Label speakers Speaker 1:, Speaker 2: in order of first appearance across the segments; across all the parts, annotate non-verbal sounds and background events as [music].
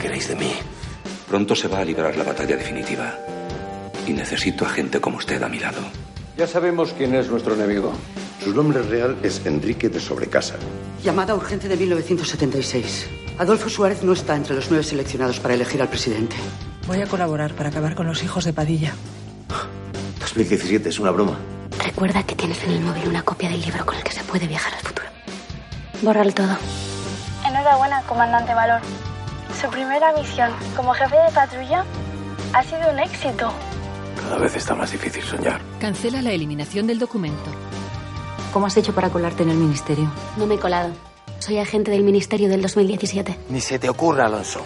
Speaker 1: queréis de mí? Pronto se va a librar la batalla definitiva. Y necesito a gente como usted a mi lado.
Speaker 2: Ya sabemos quién es nuestro enemigo.
Speaker 3: Su nombre real es Enrique de Sobrecasa.
Speaker 4: Llamada urgente de 1976. Adolfo Suárez no está entre los nueve seleccionados para elegir al presidente.
Speaker 5: Voy a colaborar para acabar con los hijos de Padilla.
Speaker 6: 2017 es una broma.
Speaker 7: Recuerda que tienes en el móvil una copia del libro con el que se puede viajar al futuro. Bórralo todo.
Speaker 8: Enhorabuena, comandante Valor. Su primera misión como jefe de patrulla ha sido un éxito.
Speaker 1: Cada vez está más difícil soñar.
Speaker 9: Cancela la eliminación del documento.
Speaker 10: ¿Cómo has hecho para colarte en el ministerio?
Speaker 7: No me he colado. Soy agente del ministerio del 2017.
Speaker 11: Ni se te ocurra, Alonso.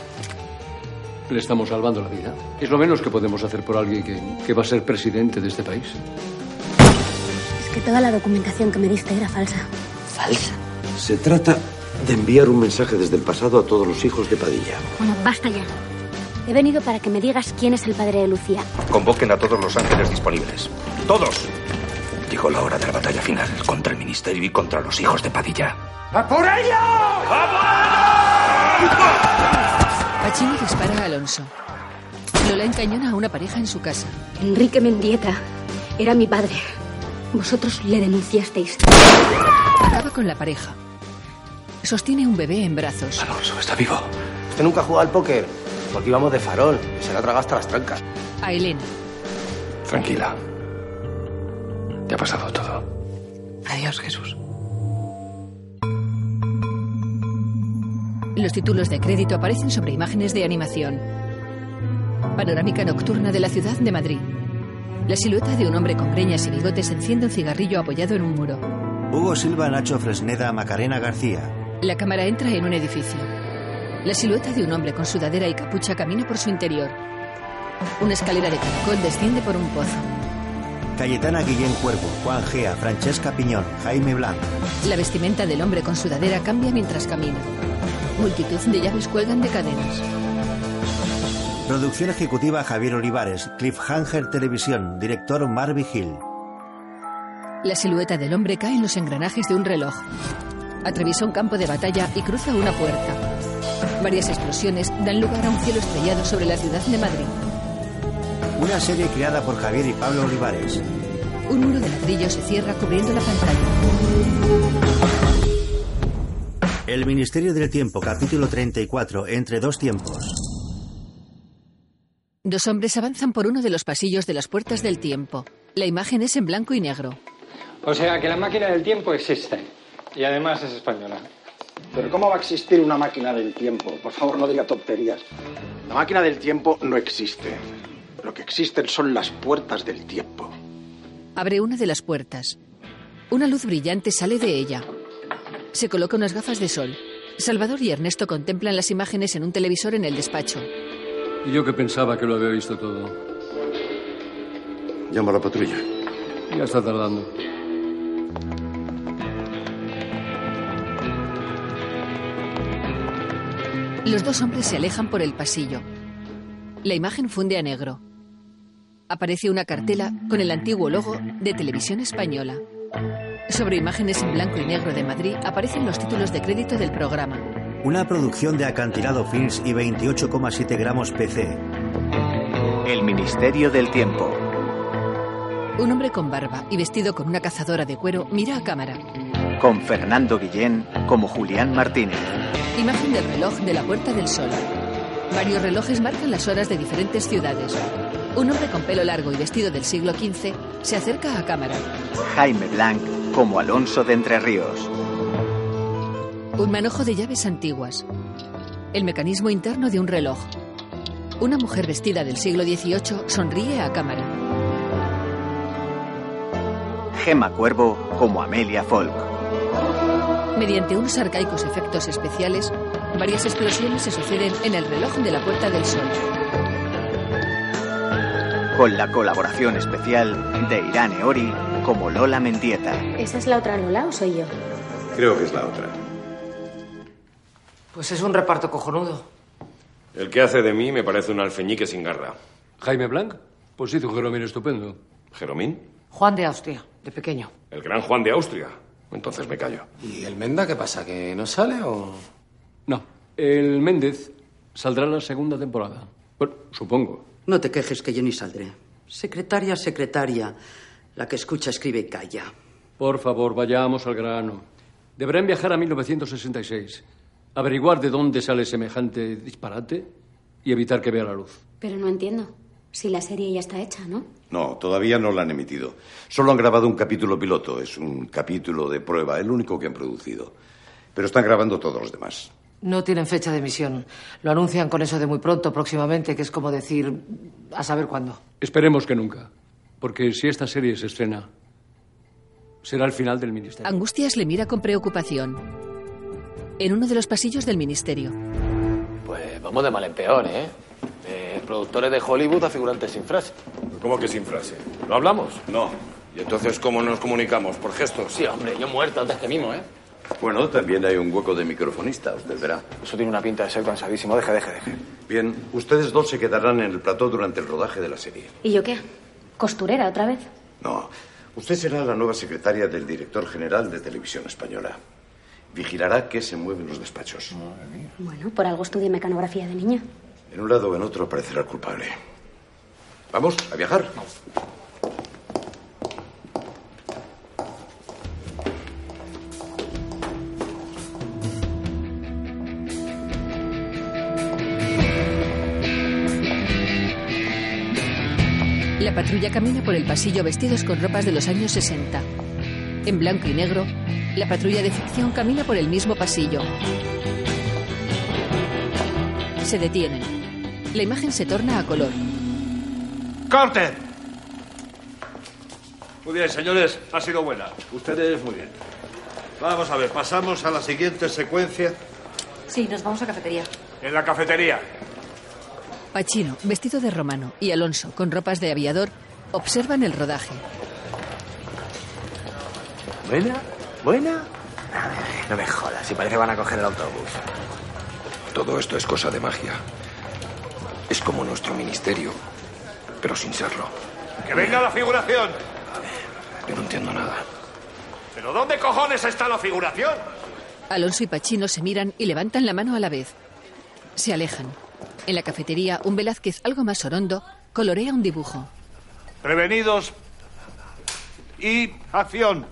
Speaker 2: Le estamos salvando la vida. Es lo menos que podemos hacer por alguien que, que va a ser presidente de este país.
Speaker 7: Es que toda la documentación que me diste era falsa.
Speaker 11: ¿Falsa? Se trata de enviar un mensaje desde el pasado a todos los hijos de Padilla.
Speaker 7: Bueno, basta ya. He venido para que me digas quién es el padre de Lucía.
Speaker 3: Convoquen a todos los ángeles disponibles. ¡Todos!
Speaker 1: Llegó la hora de la batalla final contra el ministerio y contra los hijos de Padilla.
Speaker 11: ¡A por ello!
Speaker 9: ¡A Pacino dispara a Alonso. Lola encañona a una pareja en su casa.
Speaker 7: Enrique Mendieta era mi padre. Vosotros le denunciasteis.
Speaker 9: Acaba con la pareja. Sostiene un bebé en brazos.
Speaker 1: Alonso está vivo.
Speaker 11: Usted nunca jugó al póker. Porque íbamos de farol. Y se la tragado hasta las trancas.
Speaker 9: A Elena.
Speaker 1: Tranquila. Te ha pasado todo.
Speaker 5: Adiós, Jesús.
Speaker 9: Los títulos de crédito aparecen sobre imágenes de animación. Panorámica nocturna de la ciudad de Madrid. La silueta de un hombre con greñas y bigotes enciende un cigarrillo apoyado en un muro.
Speaker 6: Hugo Silva, Nacho Fresneda, Macarena García.
Speaker 9: La cámara entra en un edificio. La silueta de un hombre con sudadera y capucha camina por su interior. Una escalera de caracol desciende por un pozo.
Speaker 6: Cayetana Guillén Cuervo, Juan Gea, Francesca Piñón, Jaime Blanco.
Speaker 9: La vestimenta del hombre con sudadera cambia mientras camina. Multitud de llaves cuelgan de cadenas.
Speaker 6: Producción ejecutiva Javier Olivares, Cliffhanger Televisión, director Marvin Hill.
Speaker 9: La silueta del hombre cae en los engranajes de un reloj. Atraviesa un campo de batalla y cruza una puerta. Varias explosiones dan lugar a un cielo estrellado sobre la ciudad de Madrid.
Speaker 6: Una serie creada por Javier y Pablo Olivares.
Speaker 9: Un muro de ladrillo se cierra cubriendo la pantalla.
Speaker 6: El Ministerio del Tiempo, capítulo 34, entre dos tiempos.
Speaker 9: Dos hombres avanzan por uno de los pasillos de las puertas del tiempo. La imagen es en blanco y negro.
Speaker 12: O sea que la máquina del tiempo existe. Y además es española.
Speaker 13: Pero ¿cómo va a existir una máquina del tiempo? Por favor, no diga tonterías. La máquina del tiempo no existe. Lo que existen son las puertas del tiempo.
Speaker 9: Abre una de las puertas. Una luz brillante sale de ella. Se coloca unas gafas de sol. Salvador y Ernesto contemplan las imágenes en un televisor en el despacho.
Speaker 2: Y yo que pensaba que lo había visto todo.
Speaker 3: Llama a la patrulla.
Speaker 2: Ya está tardando.
Speaker 9: Los dos hombres se alejan por el pasillo. La imagen funde a negro. Aparece una cartela con el antiguo logo de Televisión Española. Sobre imágenes en blanco y negro de Madrid aparecen los títulos de crédito del programa.
Speaker 6: Una producción de Acantilado Films y 28,7 gramos PC.
Speaker 11: El Ministerio del Tiempo.
Speaker 9: Un hombre con barba y vestido con una cazadora de cuero mira a cámara.
Speaker 11: Con Fernando Guillén como Julián Martínez.
Speaker 9: Imagen del reloj de la Puerta del Sol. Varios relojes marcan las horas de diferentes ciudades. Un hombre con pelo largo y vestido del siglo XV se acerca a cámara.
Speaker 11: Jaime Blanc como Alonso de Entre Ríos.
Speaker 9: Un manojo de llaves antiguas. El mecanismo interno de un reloj. Una mujer vestida del siglo XVIII sonríe a cámara.
Speaker 11: Gema Cuervo como Amelia Folk.
Speaker 9: Mediante unos arcaicos efectos especiales, varias explosiones se suceden en el reloj de la Puerta del Sol.
Speaker 11: Con la colaboración especial de Irán Eori como Lola Mendieta.
Speaker 7: ¿Esa es la otra Lola o soy yo?
Speaker 3: Creo que es la otra.
Speaker 5: Pues es un reparto cojonudo.
Speaker 14: El que hace de mí me parece un alfeñique sin garra.
Speaker 2: ¿Jaime Blanc? Pues hizo un Jeromín estupendo.
Speaker 14: ¿Jeromín?
Speaker 5: Juan de Austria, de pequeño.
Speaker 14: El gran Juan de Austria. Entonces me callo.
Speaker 11: ¿Y el Menda qué pasa? ¿Que no sale o.?
Speaker 2: No. El Méndez Saldrá la segunda temporada. Bueno, supongo.
Speaker 15: No te quejes que yo ni saldré. Secretaria, secretaria. La que escucha, escribe y calla.
Speaker 2: Por favor, vayamos al grano. Deberán viajar a 1966, averiguar de dónde sale semejante disparate y evitar que vea la luz.
Speaker 7: Pero no entiendo. Si la serie ya está hecha, ¿no?
Speaker 3: No, todavía no la han emitido. Solo han grabado un capítulo piloto. Es un capítulo de prueba, el único que han producido. Pero están grabando todos los demás.
Speaker 4: No tienen fecha de emisión. Lo anuncian con eso de muy pronto, próximamente, que es como decir a saber cuándo.
Speaker 2: Esperemos que nunca, porque si esta serie se estrena, será el final del ministerio.
Speaker 9: Angustias le mira con preocupación. En uno de los pasillos del ministerio,
Speaker 13: Pues vamos de mal en peor, ¿eh? De productores de Hollywood a figurantes sin frase.
Speaker 16: ¿Cómo que sin frase? ¿No hablamos? No. ¿Y entonces cómo nos comunicamos? ¿Por gestos?
Speaker 13: Sí, hombre, yo muerto antes que mimo, ¿eh?
Speaker 3: Bueno, también hay un hueco de microfonista, usted verá.
Speaker 13: Eso tiene una pinta de ser cansadísimo. Deje, deje, deje.
Speaker 3: Bien, ustedes dos se quedarán en el plató durante el rodaje de la serie.
Speaker 7: ¿Y yo qué? ¿Costurera otra vez?
Speaker 3: No, usted será la nueva secretaria del director general de Televisión Española. Vigilará que se mueven los despachos.
Speaker 7: Bueno, por algo estudié mecanografía de niña.
Speaker 3: En un lado o en otro aparecerá el culpable. Vamos a viajar.
Speaker 9: la patrulla camina por el pasillo vestidos con ropas de los años 60. En blanco y negro, la patrulla de ficción camina por el mismo pasillo. Se detienen. La imagen se torna a color.
Speaker 17: ¡Corte! Muy bien, señores, ha sido buena. Ustedes muy bien. Vamos a ver, pasamos a la siguiente secuencia
Speaker 5: Sí, nos vamos a cafetería.
Speaker 17: en la cafetería.
Speaker 9: Pachino, vestido de romano, y Alonso, con ropas de aviador, observan el rodaje.
Speaker 13: ¿Buena? ¿Buena? No me jodas, si parece que van a coger el autobús.
Speaker 14: Todo esto es cosa de magia. Es como nuestro ministerio, pero sin serlo.
Speaker 17: ¡Que venga la figuración!
Speaker 14: Yo no entiendo nada.
Speaker 17: ¿Pero dónde cojones está la figuración?
Speaker 9: Alonso y Pachino se miran y levantan la mano a la vez. Se alejan. En la cafetería, un Velázquez algo más orondo colorea un dibujo.
Speaker 17: Prevenidos y acción.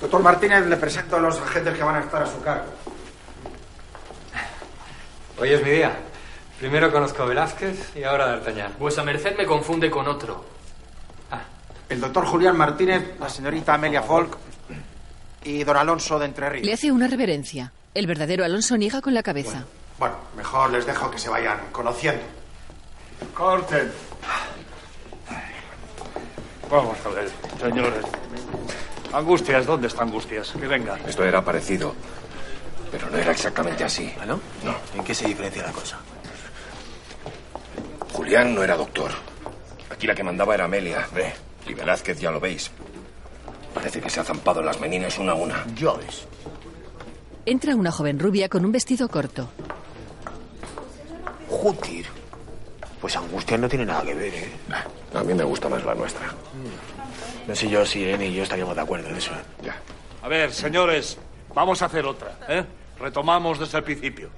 Speaker 18: Doctor Martínez, le presento a los agentes que van a estar a su cargo.
Speaker 19: Hoy es mi día. Primero conozco a Velázquez y ahora a D'Artagnan. Vuesa merced me confunde con otro. Ah.
Speaker 18: El doctor Julián Martínez, la señorita Amelia Folk y don Alonso de Entre Ríos.
Speaker 9: Le hace una reverencia. El verdadero Alonso niega con la cabeza.
Speaker 18: Bueno, mejor les dejo que se vayan conociendo.
Speaker 17: Corten. Vamos a ver, señores. Angustias, ¿dónde está Angustias? Que venga.
Speaker 14: Esto era parecido, pero no era exactamente así. ¿Ah, no? No. ¿En qué se diferencia la cosa? Julián no era doctor. Aquí la que mandaba era Amelia. Ve. Y Velázquez ya lo veis. Parece que se ha zampado las meninas una a una. Ya ves.
Speaker 9: Entra una joven rubia con un vestido corto.
Speaker 13: Jutir. Pues Angustias no tiene nada que ver, ¿eh?
Speaker 14: A mí me gusta más la nuestra.
Speaker 13: No sé yo si Irene y yo estaríamos de acuerdo en eso. ¿eh? Ya.
Speaker 17: A ver, señores, vamos a hacer otra, ¿eh? Retomamos desde el principio.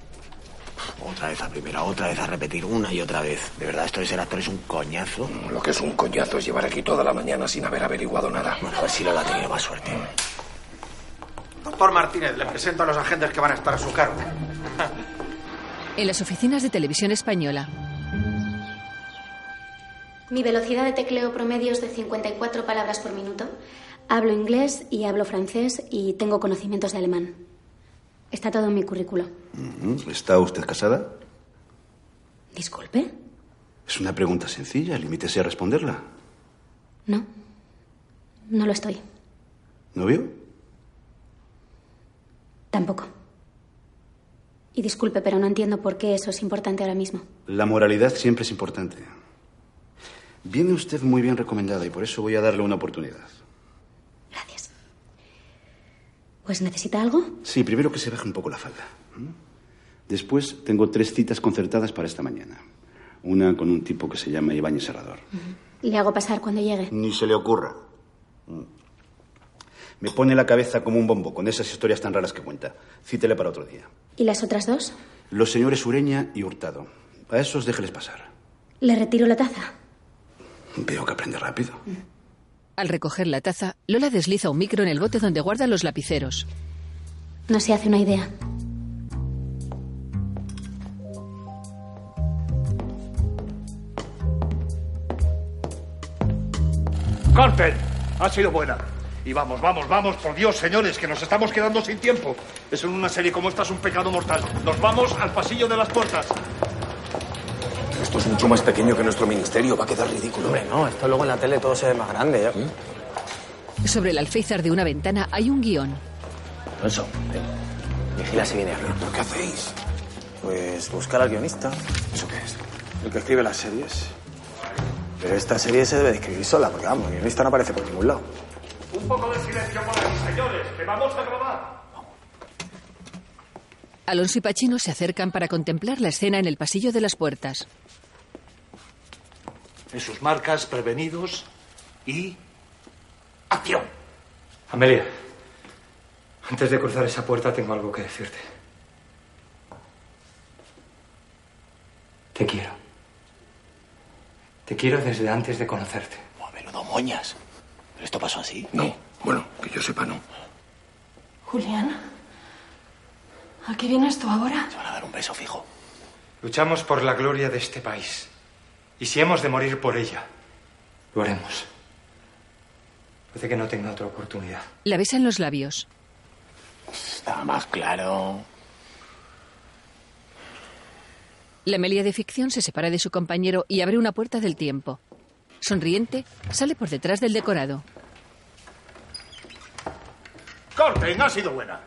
Speaker 13: Otra vez a primera, otra vez a repetir una y otra vez. De verdad, esto de ser actor es un coñazo.
Speaker 14: Mm, Lo que es un coñazo es llevar aquí toda la mañana sin haber averiguado nada.
Speaker 13: Bueno, a ver si lo ha tenido más suerte.
Speaker 18: Doctor Martínez, le presento a los agentes que van a estar a su cargo.
Speaker 9: En las oficinas de televisión española,
Speaker 7: Mi velocidad de tecleo promedio es de 54 palabras por minuto. Hablo inglés y hablo francés y tengo conocimientos de alemán. Está todo en mi currículo.
Speaker 20: Ujú. ¿Está usted casada?
Speaker 7: Disculpe.
Speaker 20: Es una pregunta sencilla, limítese a responderla.
Speaker 7: No. No lo estoy.
Speaker 20: ¿Novio?
Speaker 7: Tampoco. Y disculpe, pero no entiendo por qué eso es importante ahora mismo.
Speaker 20: La moralidad siempre es importante. Viene usted muy bien recomendada y por eso voy a darle una oportunidad.
Speaker 7: Gracias. Pues necesita algo.
Speaker 20: Sí, primero que se baje un poco la falda. ¿m? Después tengo tres citas concertadas para esta mañana. Una con un tipo que se llama Ibáñez Serrador.
Speaker 7: Le hago pasar cuando llegue.
Speaker 20: Ni se le ocurra. Mm. Me pone la cabeza como un bombo con esas historias tan raras que cuenta. Cítele para otro día.
Speaker 7: ¿Y las otras dos?
Speaker 20: Los señores Ureña y Hurtado. A esos déjeles pasar.
Speaker 7: ¿Le retiro la taza?
Speaker 20: Veo que aprende rápido.
Speaker 9: Al recoger la taza, Lola desliza un micro en el bote donde guarda los lapiceros.
Speaker 7: No se hace una idea.
Speaker 17: ¡Corten! Ha sido buena. Y vamos, vamos, vamos, por Dios, señores, que nos estamos quedando sin tiempo. Es en una serie como esta es un pecado mortal. Nos vamos al pasillo de las puertas.
Speaker 21: Esto es mucho más pequeño que nuestro ministerio. Va a quedar ridículo.
Speaker 13: Hombre, no, esto luego en la tele todo se ve más grande.
Speaker 14: ¿Mm?
Speaker 13: ¿ya?
Speaker 9: Sobre el alféizar de una ventana hay un guión.
Speaker 13: Alonso, ven. vigila si viene alguien. ¿Pero qué hacéis? Pues buscar al guionista. ¿Eso qué es? El que escribe las series. Pero esta serie se debe de escribir sola, porque vamos, el guionista no aparece por ningún lado.
Speaker 17: Un poco de silencio por aquí, señores, que vamos a grabar.
Speaker 9: Alonso y Pachino se acercan para contemplar la escena en el pasillo de las puertas.
Speaker 17: En sus marcas, prevenidos y. ¡Acción!
Speaker 22: Amelia, antes de cruzar esa puerta tengo algo que decirte. Te quiero. Te quiero desde antes de conocerte.
Speaker 13: Menudo moñas. ¿Pero esto pasó así? No.
Speaker 21: Bueno, que yo sepa, no.
Speaker 5: Julián, ¿a qué vienes tú ahora?
Speaker 13: Un beso fijo.
Speaker 22: Luchamos por la gloria de este país. Y si hemos de morir por ella, lo haremos. Puede que no tenga otra oportunidad.
Speaker 9: La besa en los labios.
Speaker 13: Está más claro.
Speaker 9: La Melia de ficción se separa de su compañero y abre una puerta del tiempo. Sonriente, sale por detrás del decorado.
Speaker 17: ¡Corten! Ha sido buena.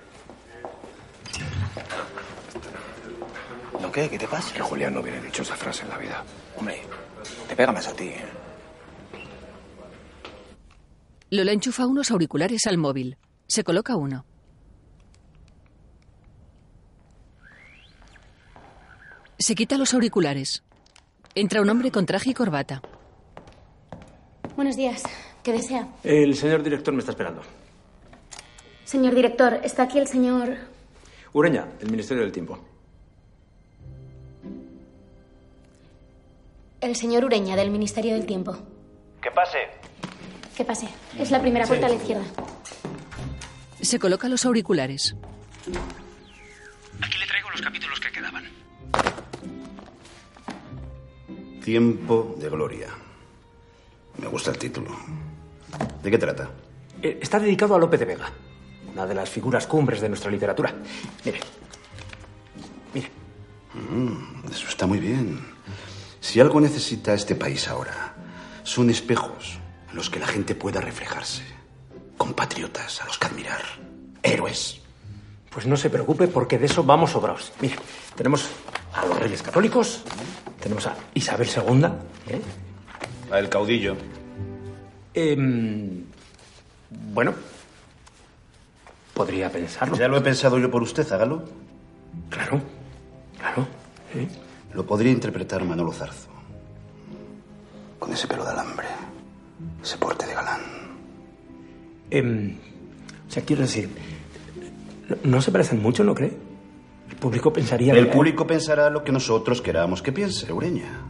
Speaker 13: ¿No qué? ¿Qué te pasa?
Speaker 21: Que Julián no hubiera dicho esa frase en la vida.
Speaker 13: Hombre, te pega más a ti. ¿eh?
Speaker 9: Lola enchufa unos auriculares al móvil. Se coloca uno. Se quita los auriculares. Entra un hombre con traje y corbata.
Speaker 7: Buenos días. ¿Qué desea?
Speaker 23: El señor director me está esperando.
Speaker 7: Señor director, está aquí el señor.
Speaker 23: Ureña, del Ministerio del Tiempo.
Speaker 7: El señor Ureña, del Ministerio del Tiempo.
Speaker 1: Que pase.
Speaker 7: Que pase. Es la primera puerta a la izquierda.
Speaker 9: Se coloca los auriculares.
Speaker 1: Aquí le traigo los capítulos que quedaban.
Speaker 24: Tiempo de gloria. Me gusta el título. ¿De qué trata?
Speaker 1: Eh, Está dedicado a Lope de Vega, una de las figuras cumbres de nuestra literatura. Mire,
Speaker 24: Mm, eso está muy bien. Si algo necesita este país ahora, son espejos en los que la gente pueda reflejarse. Compatriotas a los que admirar. Héroes.
Speaker 1: pues no se preocupe porque de eso vamos sobrados. Mire, tenemos a los reyes católicos, tenemos a Isabel II, ¿eh?
Speaker 20: A el caudillo.
Speaker 1: Em, bueno, podría pensarlo.
Speaker 20: Ya lo he pensado yo por usted, hágalo.
Speaker 1: Claro, claro.
Speaker 20: Lo podría interpretar Manolo Zarzo. Con ese pelo de alambre. Ese porte de galán.
Speaker 1: Em, o sea, quiero decir, no, no se parecen mucho, ¿no cree? El público pensaría...
Speaker 20: El público pensará lo que nosotros queramos que piense, Ureña.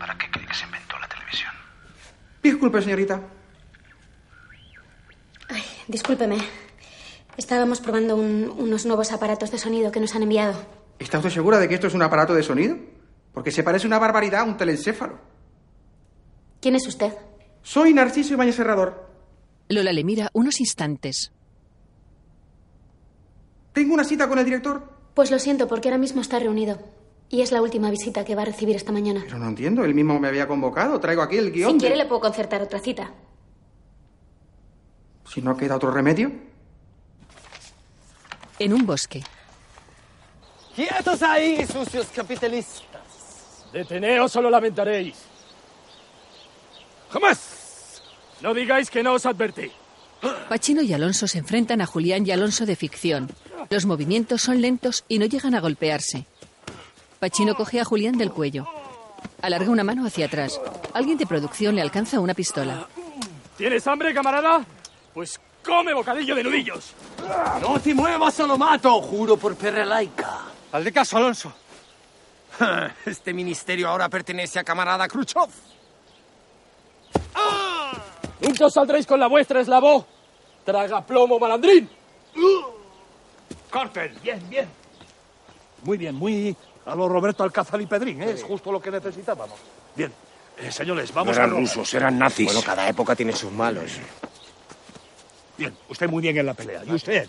Speaker 1: ¿Para qué cree que se inventó la televisión?
Speaker 18: Disculpe, señorita.
Speaker 7: Ay, discúlpeme. Estábamos probando un- unos nuevos aparatos de sonido que nos han enviado.
Speaker 18: ¿Está usted segura de que esto es un aparato de sonido? Porque se parece una barbaridad a un telencéfalo.
Speaker 7: ¿Quién es usted?
Speaker 18: Soy Narciso Ibáñez Serrador.
Speaker 9: Lola le mira unos instantes.
Speaker 18: Tengo una cita con el director.
Speaker 7: Pues lo siento, porque ahora mismo está reunido. Y es la última visita que va a recibir esta mañana.
Speaker 18: Pero no entiendo, él mismo me había convocado. Traigo aquí el guión.
Speaker 7: Si
Speaker 18: de-
Speaker 7: quiere, le puedo concertar otra cita.
Speaker 18: Si no queda otro remedio.
Speaker 9: En un bosque.
Speaker 25: ¡Quietos ahí, sucios capitalistas! Deteneos o lo lamentaréis. ¡Jamás! No digáis que no os advertí.
Speaker 9: Pachino y Alonso se enfrentan a Julián y Alonso de ficción. Los movimientos son lentos y no llegan a golpearse. Pachino coge a Julián del cuello. Alarga una mano hacia atrás. Alguien de producción le alcanza una pistola.
Speaker 25: ¿Tienes hambre, camarada? Pues come bocadillo de nudillos.
Speaker 1: ¡No te muevas o lo mato! Juro por Perrelaica.
Speaker 26: Al de caso, Alonso.
Speaker 1: [laughs] Este ministerio ahora pertenece a camarada Khrushchev.
Speaker 26: Nunca os saldréis con la vuestra, eslavo. Traga plomo, malandrín.
Speaker 17: Corten. Bien, bien. Muy bien, muy a lo Roberto Alcázar y Pedrín, ¿eh? es justo lo que necesitábamos. Bien. Eh, señores, vamos
Speaker 14: No eran
Speaker 17: a rodar.
Speaker 14: rusos, eran nazis.
Speaker 17: Bueno,
Speaker 14: cada época tiene sus malos.
Speaker 17: Bien, usted muy bien en la pelea. ¿Y usted?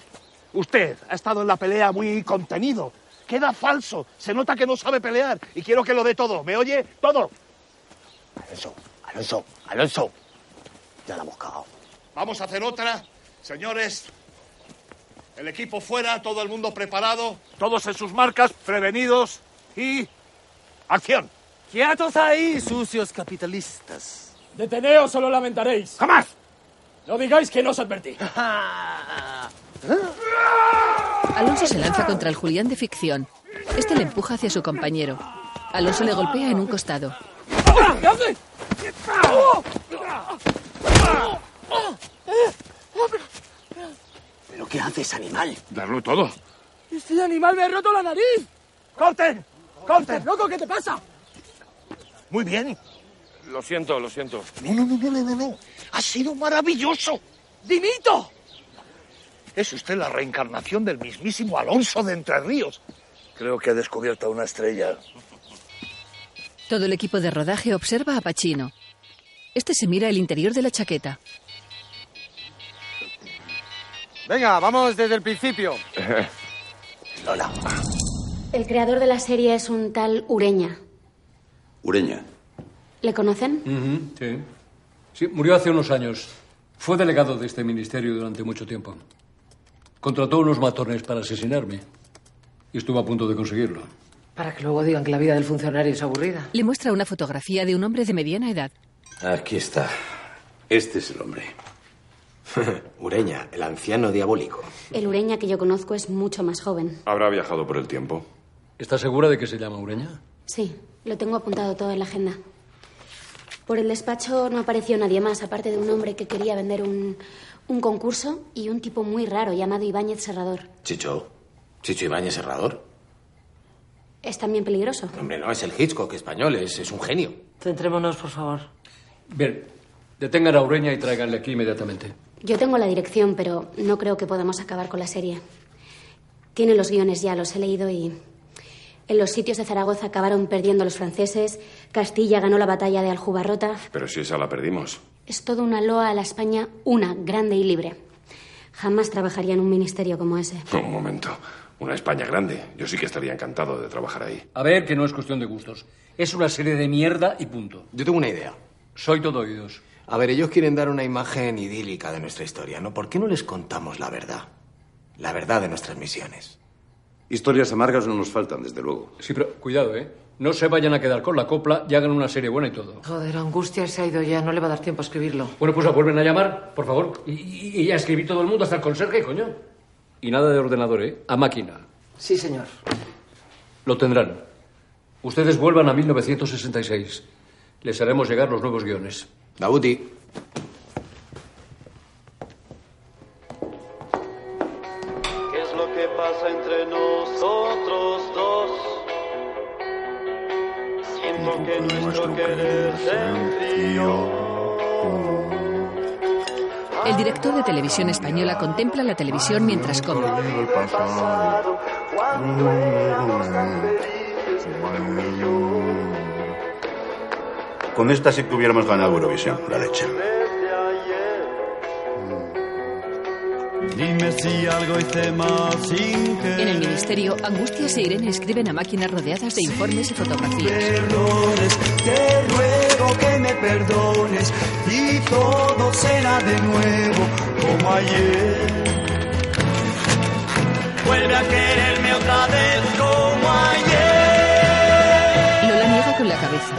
Speaker 17: Usted ha estado en la pelea muy contenido. Queda falso. Se nota que no sabe pelear. Y quiero que lo dé todo. ¿Me oye? Todo.
Speaker 1: Alonso, Alonso, Alonso. Ya la hemos cagado.
Speaker 17: Vamos a hacer otra. Señores, el equipo fuera, todo el mundo preparado, todos en sus marcas, prevenidos y... ¡Acción!
Speaker 1: ¡Quietos ahí, sucios capitalistas!
Speaker 26: Deteneos o lo lamentaréis.
Speaker 1: ¡Jamás!
Speaker 26: No digáis que no os
Speaker 1: [laughs]
Speaker 26: advertí.
Speaker 9: Alonso se lanza contra el Julián de ficción. Este le empuja hacia su compañero. Alonso le golpea en un costado.
Speaker 1: ¿Pero qué haces, animal?
Speaker 14: Darlo todo.
Speaker 26: ¡Este animal me ha roto la nariz!
Speaker 17: ¡Corten!
Speaker 26: ¡Corten! ¡Loco, qué te pasa!
Speaker 17: Muy bien.
Speaker 14: Lo siento, lo siento.
Speaker 17: No, no, no, no, no, no, no. Ha sido maravilloso. ¡Dimito! Es usted la reencarnación del mismísimo Alonso de Entre Ríos.
Speaker 13: Creo que ha descubierto una estrella.
Speaker 9: Todo el equipo de rodaje observa a Pacino. Este se mira el interior de la chaqueta.
Speaker 1: Venga, vamos desde el principio. Lola.
Speaker 7: El creador de la serie es un tal Ureña.
Speaker 20: Ureña.
Speaker 7: ¿Le conocen?
Speaker 2: Ujú, sí. Sí, murió hace unos años. Fue delegado de este ministerio durante mucho tiempo. Contrató unos matones para asesinarme. Y estuvo a punto de conseguirlo.
Speaker 4: Para que luego digan que la vida del funcionario es aburrida.
Speaker 9: Le muestra una fotografía de un hombre de mediana edad.
Speaker 13: [laughs] Aquí está. Este es el hombre. [laughs] Ureña, el anciano diabólico.
Speaker 7: El Ureña que yo conozco es mucho más joven.
Speaker 14: Habrá viajado por el tiempo.
Speaker 2: ¿Estás segura de que se llama Ureña?
Speaker 7: Sí, lo tengo apuntado todo en la agenda. Por el despacho no apareció nadie más, aparte de un hombre que quería vender un, un concurso y un tipo muy raro llamado Ibáñez Serrador.
Speaker 13: Chicho. Chicho Ibáñez Serrador.
Speaker 7: Es también peligroso.
Speaker 13: Hombre, no, es el Hitchcock español, es, es un genio.
Speaker 4: Centrémonos, por favor.
Speaker 2: Bien, detengan a Ureña y tráiganle aquí inmediatamente.
Speaker 7: Yo tengo la dirección, pero no creo que podamos acabar con la serie. Tiene los guiones ya, los he leído y... En los sitios de Zaragoza acabaron perdiendo los franceses, Castilla ganó la batalla de Aljubarrota.
Speaker 14: Pero si esa la perdimos.
Speaker 7: Es toda una loa a la España una, grande y libre. Jamás trabajaría en un ministerio como ese.
Speaker 14: [laughs] Un momento. Una España grande. Yo sí que estaría encantado de trabajar ahí.
Speaker 2: A ver, que no es cuestión de gustos. Es una serie de mierda y punto.
Speaker 13: Yo tengo una idea.
Speaker 2: Soy todo oídos.
Speaker 13: A ver, ellos quieren dar una imagen idílica de nuestra historia, ¿no? ¿Por qué no les contamos la verdad? La verdad de nuestras misiones.
Speaker 20: Historias amargas no nos faltan, desde luego.
Speaker 2: Sí, pero cuidado, ¿eh? No se vayan a quedar con la copla y hagan una serie buena y todo.
Speaker 4: Joder, Angustia se ha ido ya, no le va a dar tiempo a escribirlo.
Speaker 2: Bueno, pues la vuelven a llamar, por favor. Y, y- y a escribir todo el mundo, hasta el conserje, coño. Y nada de ordenador, ¿eh? A máquina.
Speaker 4: Sí, señor.
Speaker 2: Lo tendrán. Ustedes vuelvan a 1966. Les haremos llegar los nuevos guiones.
Speaker 13: Dabuti.
Speaker 27: ¿Qué es lo que pasa entre nosotros dos? Siento que nuestro querer se enfrió.
Speaker 9: El director de televisión española contempla la televisión mientras come.
Speaker 20: Con esta sí que hubiéramos ganado Eurovisión, la leche.
Speaker 27: Dime si algo hice más sin que
Speaker 9: En el ministerio, Angustias e Irene escriben a máquinas rodeadas de informes y fotografías.
Speaker 27: perdones. Te ruego que me perdones y todo será de nuevo como ayer. Vuelve a quererme otra vez como ayer.
Speaker 9: Lola niega con la cabeza.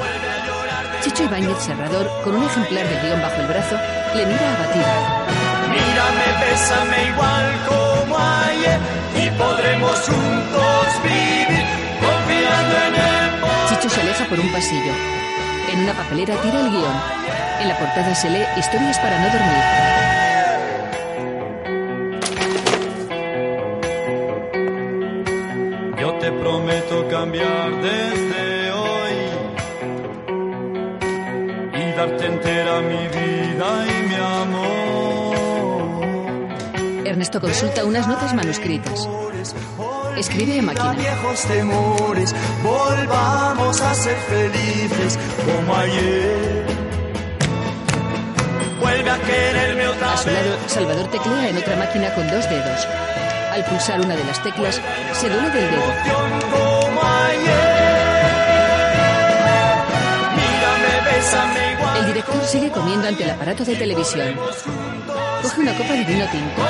Speaker 9: Chicho Ibáñez Serrador, con un ejemplar de guión bajo el brazo, le mira abatida.
Speaker 27: Mírame, bésame igual como ayer y podremos juntos vivir confiando en el
Speaker 9: Chicho se aleja por un pasillo. En una papelera tira el guión. En la portada se lee Historias para no dormir.
Speaker 27: te prometo cambiar desde hoy y darte entera mi vida y mi amor.
Speaker 9: Ernesto consulta unas notas manuscritas. Escribe a
Speaker 27: A
Speaker 9: máquina.
Speaker 27: viejos temores, volvamos a ser felices como ayer. Vuelve a quererme otra
Speaker 9: A su
Speaker 27: vez.
Speaker 9: lado, Salvador teclea en otra máquina con dos dedos. Al pulsar una de las teclas, se duele del dedo. El director sigue comiendo ante el aparato de televisión. Coge una copa de vino tinto.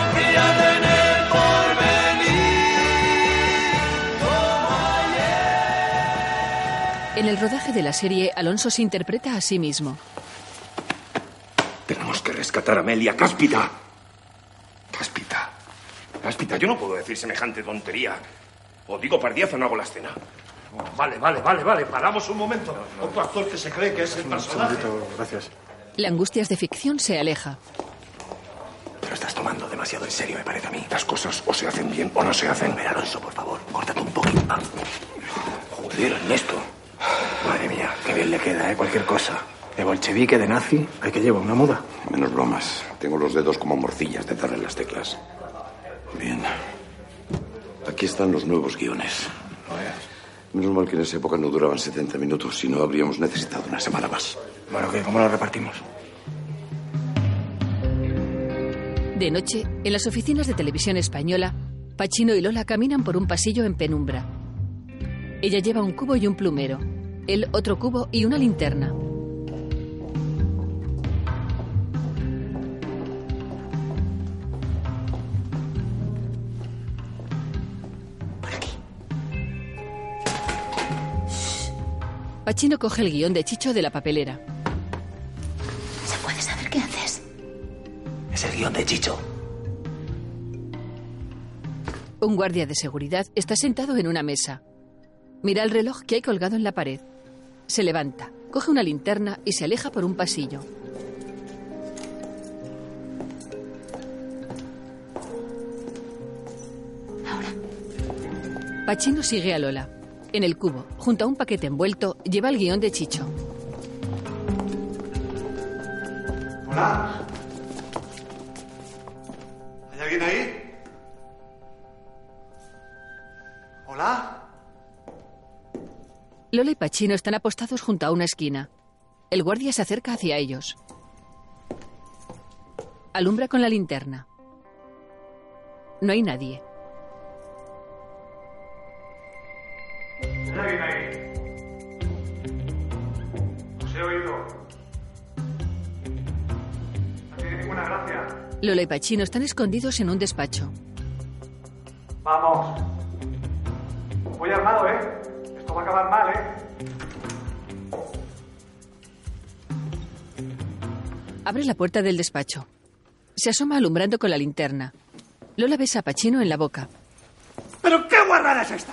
Speaker 9: En el rodaje de la serie, Alonso se interpreta a sí mismo.
Speaker 14: Tenemos que rescatar a Amelia Cáspita. Cáspita. Cáspita, yo no puedo decir semejante tontería. O digo pardiez o no hago la escena.
Speaker 17: Vale, vale, vale, vale. Paramos un momento. Otro actor que se cree que es el personaje.
Speaker 13: Gracias.
Speaker 9: La angustias de ficción se aleja.
Speaker 13: Te lo estás tomando demasiado en serio, me parece a mí. Las cosas o se hacen bien o no se hacen. Mira, Alonso, por favor, córtate un poquito. Ah. Joder, Ernesto. Madre mía, qué bien le queda, ¿eh? Cualquier cosa. De bolchevique, de nazi, hay que llevar una muda.
Speaker 3: Menos bromas. Tengo los dedos como morcillas de darle las teclas. Bien. Aquí están los nuevos guiones. Menos mal que en esa época no duraban 70 minutos, si no habríamos necesitado una semana más.
Speaker 13: Bueno, ¿qué? ¿Cómo lo repartimos?
Speaker 9: De noche, en las oficinas de televisión española, Pachino y Lola caminan por un pasillo en penumbra. Ella lleva un cubo y un plumero, él otro cubo y una linterna. Pachino coge el guión de Chicho de la papelera.
Speaker 7: ¿Se puede saber qué haces?
Speaker 13: Es el guión de Chicho.
Speaker 9: Un guardia de seguridad está sentado en una mesa. Mira el reloj que hay colgado en la pared. Se levanta, coge una linterna y se aleja por un pasillo. Pachino sigue a Lola. En el cubo, junto a un paquete envuelto, lleva el guión de Chicho.
Speaker 1: Hola. ¿Hay alguien ahí? Hola.
Speaker 9: Lola y Pachino están apostados junto a una esquina. El guardia se acerca hacia ellos. Alumbra con la linterna. No hay nadie.
Speaker 1: ¿Hay alguien ahí? Os he oído. No tiene ninguna gracia.
Speaker 9: Lola y Pachino están escondidos en un despacho.
Speaker 1: Vamos. Voy armado, ¿eh? Esto va a acabar mal, ¿eh?
Speaker 9: Abre la puerta del despacho. Se asoma alumbrando con la linterna. Lola besa a Pachino en la boca.
Speaker 1: ¿Pero qué guarrada es esta?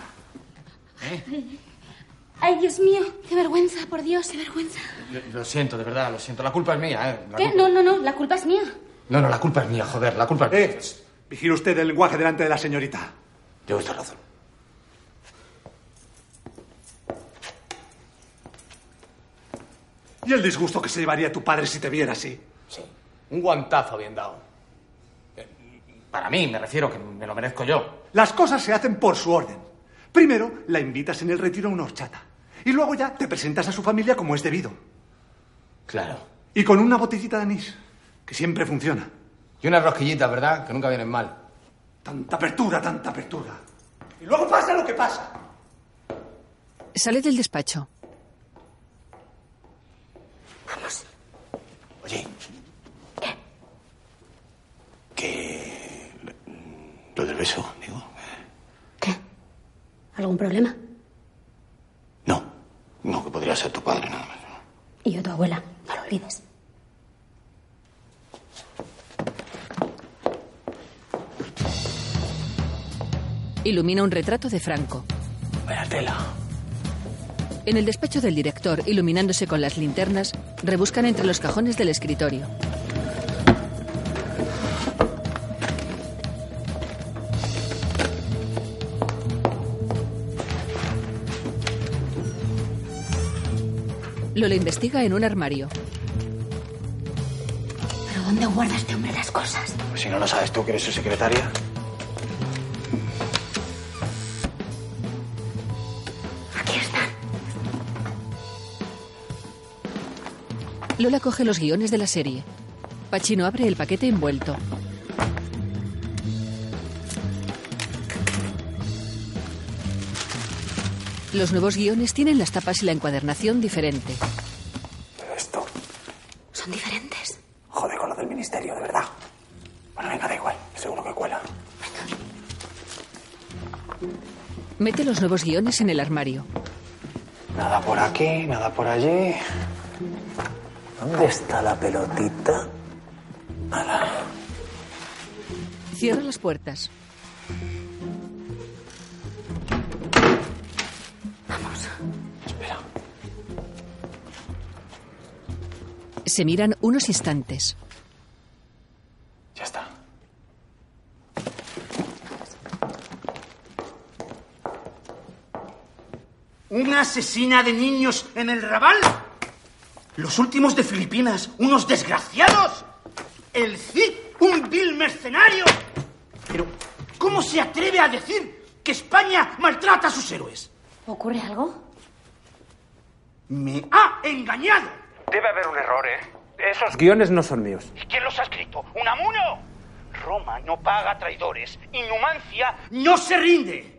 Speaker 7: ¿Eh? Ay, Dios mío, qué vergüenza, por Dios, qué vergüenza.
Speaker 13: Lo siento, de verdad, lo siento. La culpa es mía, ¿eh?
Speaker 7: ¿Qué? No, no, no, la culpa es mía.
Speaker 13: No, no, la culpa es mía, joder, la culpa es mía.
Speaker 1: Eh, Vigila usted el lenguaje delante de la señorita.
Speaker 13: Llevo esta razón.
Speaker 1: Y el disgusto que se llevaría tu padre si te viera así.
Speaker 13: Sí. Un guantazo bien dado. Eh, Para mí, me refiero, que me lo merezco yo.
Speaker 1: Las cosas se hacen por su orden. Primero la invitas en el retiro a una horchata. Y luego ya te presentas a su familia como es debido.
Speaker 13: Claro.
Speaker 1: Y con una botellita de anís, que siempre funciona.
Speaker 13: Y unas rosquillitas, ¿verdad? Que nunca vienen mal.
Speaker 1: Tanta apertura, tanta apertura. Y luego pasa lo que pasa.
Speaker 9: Sale del despacho.
Speaker 13: Vamos. Oye. ¿Qué? Que. Lo del beso, digo.
Speaker 7: ¿Algún problema?
Speaker 13: No, que podría ser tu padre, nada más.
Speaker 7: Y yo tu abuela, no lo olvides.
Speaker 9: Ilumina un retrato de Franco.
Speaker 13: Vaya tela.
Speaker 9: En el despacho del director, iluminándose con las linternas, rebuscan entre los cajones del escritorio. Lo le investiga en un armario.
Speaker 7: ¿Pero dónde guarda este hombre las cosas?
Speaker 13: Si no lo sabes tú, que eres su secretaria.
Speaker 7: Aquí están.
Speaker 9: Lola coge los guiones de la serie. Pacino abre el paquete envuelto. Los nuevos guiones tienen las tapas y la encuadernación diferente.
Speaker 13: Esto
Speaker 7: Son diferentes.
Speaker 13: jode con lo del ministerio, de verdad. Bueno, venga, da igual. Seguro que cuela.
Speaker 9: Mete los nuevos guiones en el armario.
Speaker 13: Nada por aquí, nada por allí. ¿Dónde está la pelotita?
Speaker 9: Cierra las puertas. Se miran unos instantes.
Speaker 13: Ya está.
Speaker 17: ¿Una asesina de niños en el Raval? ¿Los últimos de Filipinas? ¿Unos desgraciados? ¿El Cid? ¿Un vil mercenario? Pero, ¿cómo se atreve a decir que España maltrata a sus héroes?
Speaker 7: ¿Ocurre algo?
Speaker 17: ¡Me ha engañado!
Speaker 28: Debe haber un error, ¿eh? Esos
Speaker 1: Los guiones no son míos.
Speaker 17: ¿Y quién los ha escrito? ¡Unamuno! Roma no paga traidores y Numancia no se rinde.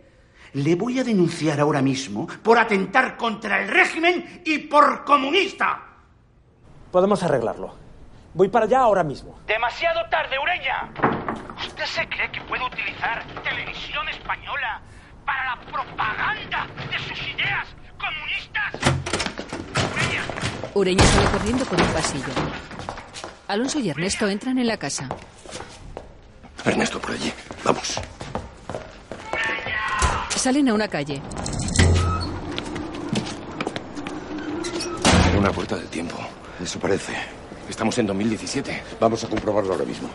Speaker 17: Le voy a denunciar ahora mismo por atentar contra el régimen y por comunista.
Speaker 4: Podemos arreglarlo. Voy para allá ahora mismo.
Speaker 17: Demasiado tarde, Ureña. ¿Usted se cree que puede utilizar televisión española para la propaganda de sus ideas comunistas?
Speaker 9: Ureña sale corriendo por un pasillo. Alonso y Ernesto entran en la casa.
Speaker 3: Ernesto, por allí. Vamos.
Speaker 9: Salen a una calle.
Speaker 3: Era una puerta del tiempo. Eso parece. Estamos en 2017. Vamos a comprobarlo ahora mismo.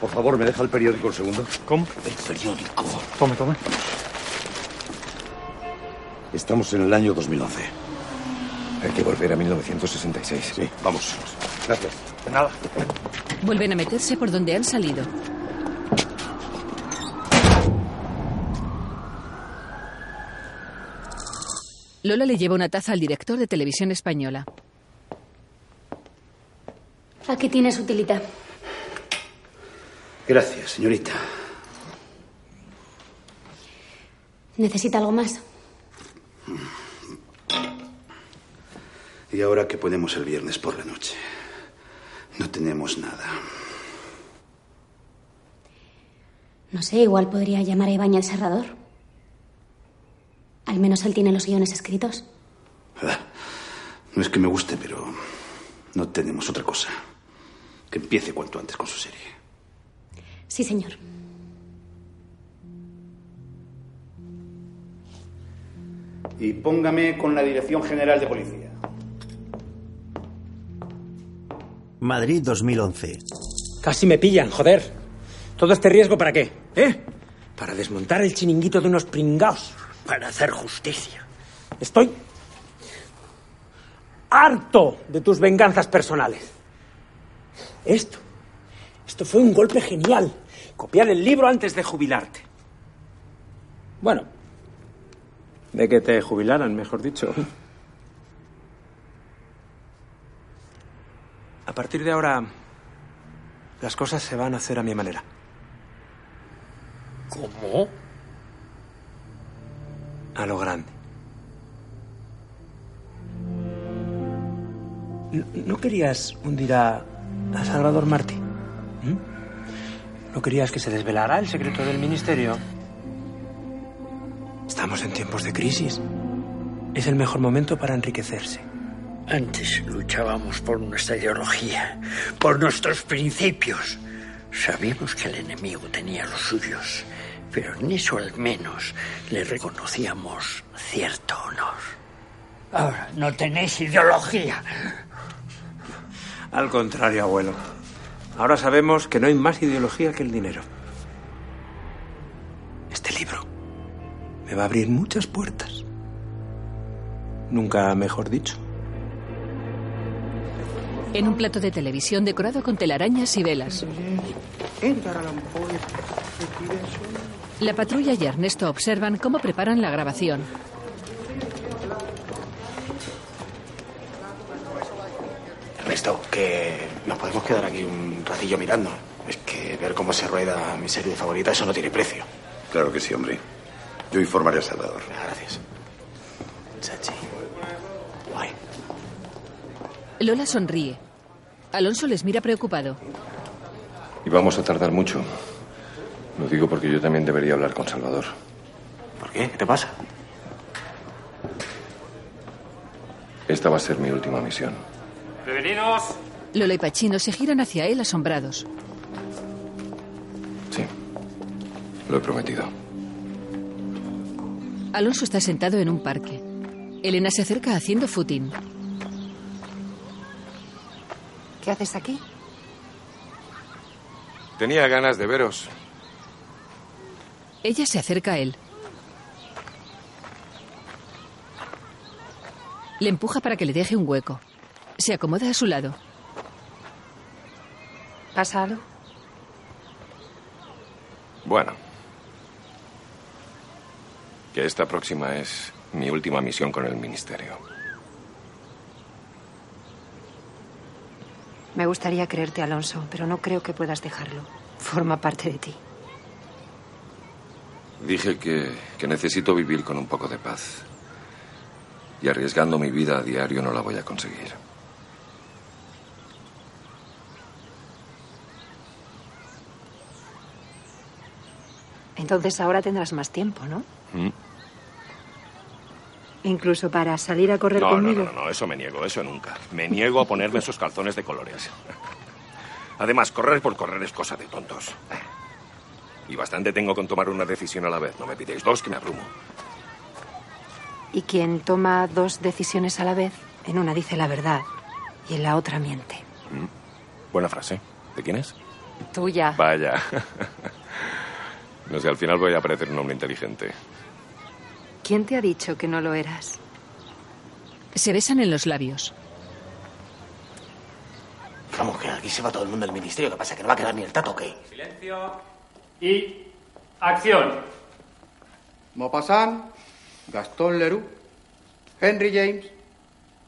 Speaker 3: Por favor, ¿me deja el periódico un segundo?
Speaker 4: ¿Cómo?
Speaker 3: El periódico.
Speaker 4: Tome, tome.
Speaker 3: Estamos en el año 2011. Hay que volver a 1966. Sí, vamos. Gracias.
Speaker 13: Nada.
Speaker 9: Vuelven a meterse por donde han salido. Lola le lleva una taza al director de televisión española.
Speaker 7: Aquí tienes utilita.
Speaker 20: Gracias, señorita.
Speaker 7: ¿Necesita algo más?
Speaker 20: ¿Y ahora qué podemos el viernes por la noche? No tenemos nada.
Speaker 7: No sé, igual podría llamar a Ibañez Serrador. Al menos él tiene los guiones escritos.
Speaker 20: Ah, No es que me guste, pero no tenemos otra cosa. Que empiece cuanto antes con su serie.
Speaker 7: Sí, señor.
Speaker 20: Y póngame con la Dirección General de Policía.
Speaker 29: Madrid 2011.
Speaker 4: Casi me pillan, joder. Todo este riesgo para qué, ¿eh? Para desmontar el chiringuito de unos pringaos. Para hacer justicia. Estoy harto de tus venganzas personales. Esto, esto fue un golpe genial. Copiar el libro antes de jubilarte. Bueno,
Speaker 1: De que te jubilaran, mejor dicho. A partir de ahora, las cosas se van a hacer a mi manera.
Speaker 30: ¿Cómo?
Speaker 1: A lo grande. ¿No, no querías hundir a, a Salvador Martí? ¿Mm? ¿No querías que se desvelara el secreto del ministerio? Estamos en tiempos de crisis. Es el mejor momento para enriquecerse.
Speaker 29: Antes luchábamos por nuestra ideología, por nuestros principios. Sabíamos que el enemigo tenía los suyos, pero en eso al menos le reconocíamos cierto honor. Ahora, no tenéis ideología.
Speaker 1: Al contrario, abuelo. Ahora sabemos que no hay más ideología que el dinero. Este libro me va a abrir muchas puertas. Nunca mejor dicho.
Speaker 9: En un plato de televisión decorado con telarañas y velas.
Speaker 27: Edgar Allan Poe.
Speaker 9: La patrulla y Ernesto observan cómo preparan la grabación.
Speaker 13: Ernesto, que nos podemos quedar aquí un ratillo mirando. Es que ver cómo se rueda mi serie favorita, eso no tiene precio.
Speaker 3: Claro que sí, hombre. Yo informaré a Salvador.
Speaker 13: Gracias. Chachi.
Speaker 9: Lola sonríe. Alonso les mira preocupado.
Speaker 14: Y vamos a tardar mucho. Lo digo porque yo también debería hablar con Salvador.
Speaker 13: ¿Por qué? ¿Qué te pasa?
Speaker 14: Esta va a ser mi última misión.
Speaker 9: ¡Prevenidos! Lola y Pachino se giran hacia él asombrados.
Speaker 14: Sí. Lo he prometido.
Speaker 9: Alonso está sentado en un parque. Elena se acerca haciendo footing.
Speaker 5: ¿Qué haces aquí?
Speaker 14: Tenía ganas de veros.
Speaker 9: Ella se acerca a él. Le empuja para que le deje un hueco. Se acomoda a su lado.
Speaker 5: ¿Pasa algo?
Speaker 14: Bueno. Que esta próxima es mi última misión con el Ministerio.
Speaker 5: Me gustaría creerte, Alonso, pero no creo que puedas dejarlo. Forma parte de ti.
Speaker 14: Dije que, que necesito vivir con un poco de paz. Y arriesgando mi vida a diario no la voy a conseguir.
Speaker 5: Entonces ahora tendrás más tiempo, ¿no?
Speaker 14: ¿Mm?
Speaker 5: Incluso para salir a correr
Speaker 14: No, no,
Speaker 5: conmigo.
Speaker 14: no, no, eso me niego, eso nunca. Me niego a ponerme esos calzones de colores. Además, correr por correr es cosa de tontos. Y bastante tengo con tomar una decisión a la vez. No me pidáis dos que me abrumo.
Speaker 5: Y quien toma dos decisiones a la vez, en una dice la verdad y en la otra miente.
Speaker 14: Buena frase. ¿De quién es?
Speaker 5: Tuya.
Speaker 14: Vaya. [laughs] No sé, al final voy a parecer un hombre inteligente.
Speaker 5: ¿Quién te ha dicho que no lo eras?
Speaker 9: Se besan en los labios.
Speaker 13: Vamos, que aquí se va todo el mundo del ministerio. ¿Qué pasa? ¿Que no va a quedar ni el tato o qué?
Speaker 31: Silencio y acción.
Speaker 18: Maupassant, Gaston Leroux, Henry James,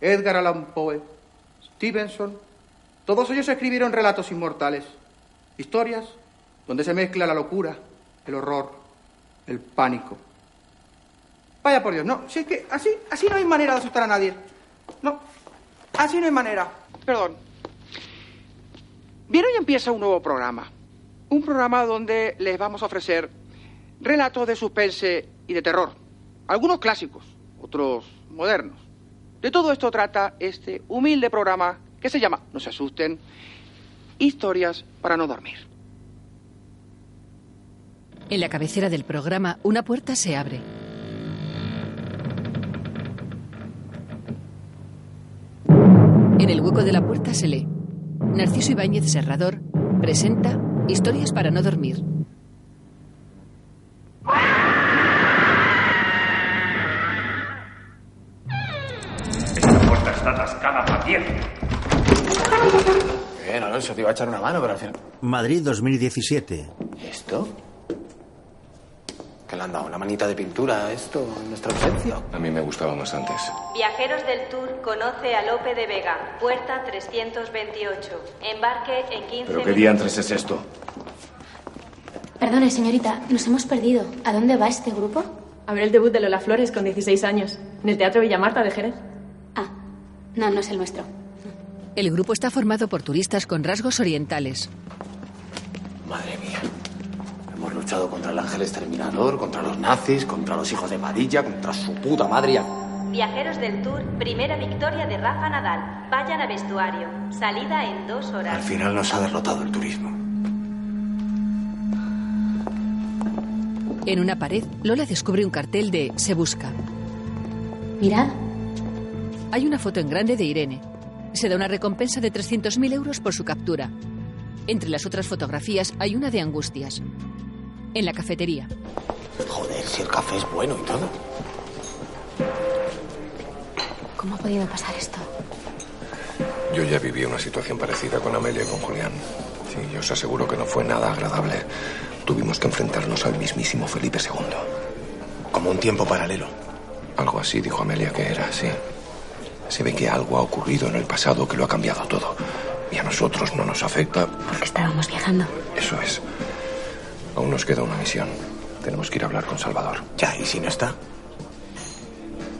Speaker 18: Edgar Allan Poe, Stevenson, todos ellos escribieron relatos inmortales, historias donde se mezcla la locura, el horror, el pánico. Vaya por Dios, no, si es que así, así no hay manera de asustar a nadie. No, así no hay manera. Perdón. Bien, hoy empieza un nuevo programa. Un programa donde les vamos a ofrecer relatos de suspense y de terror. Algunos clásicos, otros modernos. De todo esto trata este humilde programa que se llama, no se asusten, Historias para no dormir.
Speaker 9: En la cabecera del programa, una puerta se abre. En el hueco de la puerta se lee: Narciso Ibáñez Serrador presenta Historias para no dormir.
Speaker 31: Esta puerta está atascada para
Speaker 13: Bien, Alonso, te iba a echar una mano, pero al final.
Speaker 32: Madrid 2017.
Speaker 13: ¿Esto? ¿Qué le han dado? ¿Una manita de pintura a esto en nuestra ausencia?
Speaker 14: A mí me gustaba más antes.
Speaker 8: Viajeros del Tour conoce a Lope de Vega, puerta 328. Embarque en 15
Speaker 14: ¿Pero qué diantres es esto?
Speaker 7: Perdone, señorita, nos hemos perdido. ¿A dónde va este grupo?
Speaker 33: A ver el debut de Lola Flores con 16 años, en el Teatro Villamarta de Jerez.
Speaker 7: No, no es el nuestro.
Speaker 9: El grupo está formado por turistas con rasgos orientales.
Speaker 13: Madre mía. Hemos luchado contra el ángel exterminador, contra los nazis, contra los hijos de Padilla, contra su puta madre.
Speaker 8: Viajeros del Tour, primera victoria de Rafa Nadal. Vayan a vestuario. Salida en dos horas.
Speaker 13: Al final nos ha derrotado el turismo.
Speaker 9: En una pared, Lola descubre un cartel de Se busca.
Speaker 7: Mirad.
Speaker 9: Hay una foto en grande de Irene. Se da una recompensa de 300.000 euros por su captura. Entre las otras fotografías hay una de Angustias. En la cafetería,
Speaker 13: Joder, si el café es bueno y todo.
Speaker 7: ¿Cómo ha podido pasar esto?
Speaker 14: Yo ya viví una situación parecida con Amelia y con Julián. Sí, y os aseguro que no fue nada agradable. Tuvimos que enfrentarnos al mismísimo Felipe II. Como un tiempo paralelo. Algo así dijo Amelia que era, sí. Se ve que algo ha ocurrido en el pasado que lo ha cambiado todo. Y a nosotros no nos afecta.
Speaker 7: Porque estábamos viajando.
Speaker 14: Eso es. Aún nos queda una misión. Tenemos que ir a hablar con Salvador. Ya, ¿y si no está?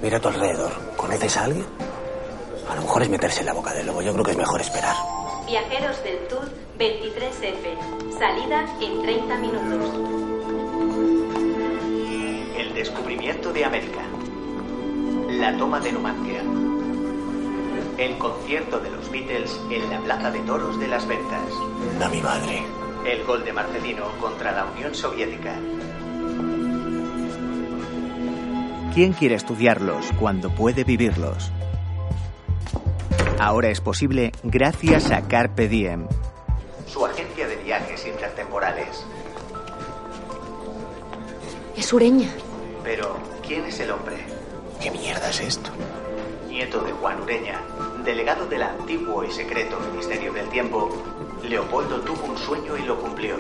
Speaker 34: Mira a tu alrededor. ¿Conoces a alguien? A lo mejor es meterse en la boca del lobo. Yo creo que es mejor esperar.
Speaker 8: Viajeros del Tour 23F. Salida en 30 minutos.
Speaker 11: El descubrimiento de América. La toma de Numancia. El concierto de los Beatles en la Plaza de Toros de las Ventas.
Speaker 34: A mi madre.
Speaker 11: El gol de Marcelino contra la Unión Soviética.
Speaker 32: ¿Quién quiere estudiarlos cuando puede vivirlos?
Speaker 11: Ahora es posible gracias a Carpe Diem. Su agencia de viajes intertemporales.
Speaker 7: Es sureña.
Speaker 11: Pero, ¿quién es el hombre? ¿Qué mierda es esto? Nieto de Juan Ureña, delegado del antiguo y secreto Ministerio del Tiempo, Leopoldo tuvo un sueño y lo cumplió.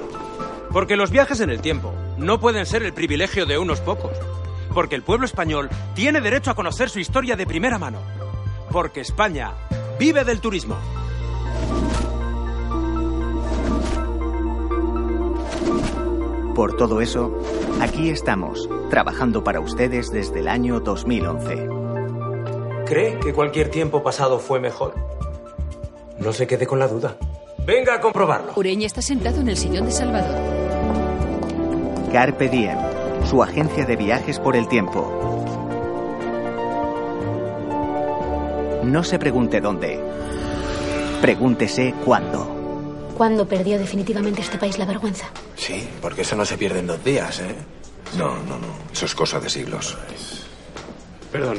Speaker 35: Porque los viajes en el tiempo no pueden ser el privilegio de unos pocos. Porque el pueblo español tiene derecho a conocer su historia de primera mano. Porque España vive del turismo.
Speaker 11: Por todo eso, aquí estamos, trabajando para ustedes desde el año 2011.
Speaker 1: ¿Cree que cualquier tiempo pasado fue mejor? No se quede con la duda. Venga a comprobarlo.
Speaker 9: Ureña está sentado en el sillón de Salvador.
Speaker 11: Carpe Diem, su agencia de viajes por el tiempo. No se pregunte dónde. Pregúntese cuándo.
Speaker 7: ¿Cuándo perdió definitivamente este país la vergüenza?
Speaker 34: Sí, porque eso no se pierde en dos días, ¿eh?
Speaker 14: No, no, no. Eso es cosa de siglos.
Speaker 20: Perdón.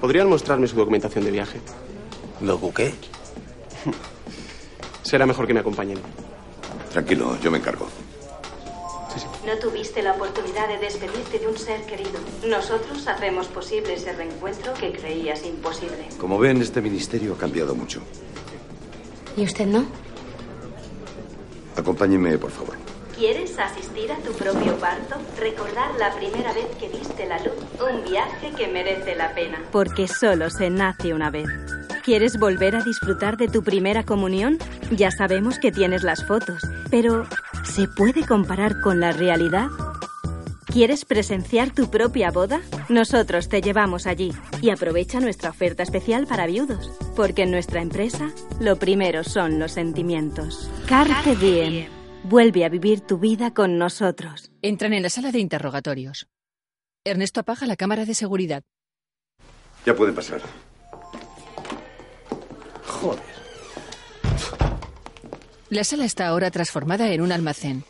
Speaker 20: ¿Podrían mostrarme su documentación de viaje?
Speaker 34: ¿Lo buqué?
Speaker 20: [laughs] Será mejor que me acompañen.
Speaker 3: Tranquilo, yo me encargo.
Speaker 8: No tuviste la oportunidad de despedirte de un ser querido. Nosotros hacemos posible ese reencuentro que creías imposible.
Speaker 3: Como ven, este ministerio ha cambiado mucho.
Speaker 7: ¿Y usted no?
Speaker 3: Acompáñeme, por favor.
Speaker 8: ¿Quieres asistir a tu propio parto? ¿Recordar la primera vez que viste la luz? Un viaje que merece la pena. Porque solo se nace una vez. ¿Quieres volver a disfrutar de tu primera comunión? Ya sabemos que tienes las fotos, pero ¿se puede comparar con la realidad? ¿Quieres presenciar tu propia boda? Nosotros te llevamos allí y aprovecha nuestra oferta especial para viudos, porque en nuestra empresa lo primero son los sentimientos. Carpe Diem. Vuelve a vivir tu vida con nosotros.
Speaker 9: Entran en la sala de interrogatorios. Ernesto apaga la cámara de seguridad.
Speaker 3: Ya pueden pasar.
Speaker 1: Joder.
Speaker 9: La sala está ahora transformada en un almacén.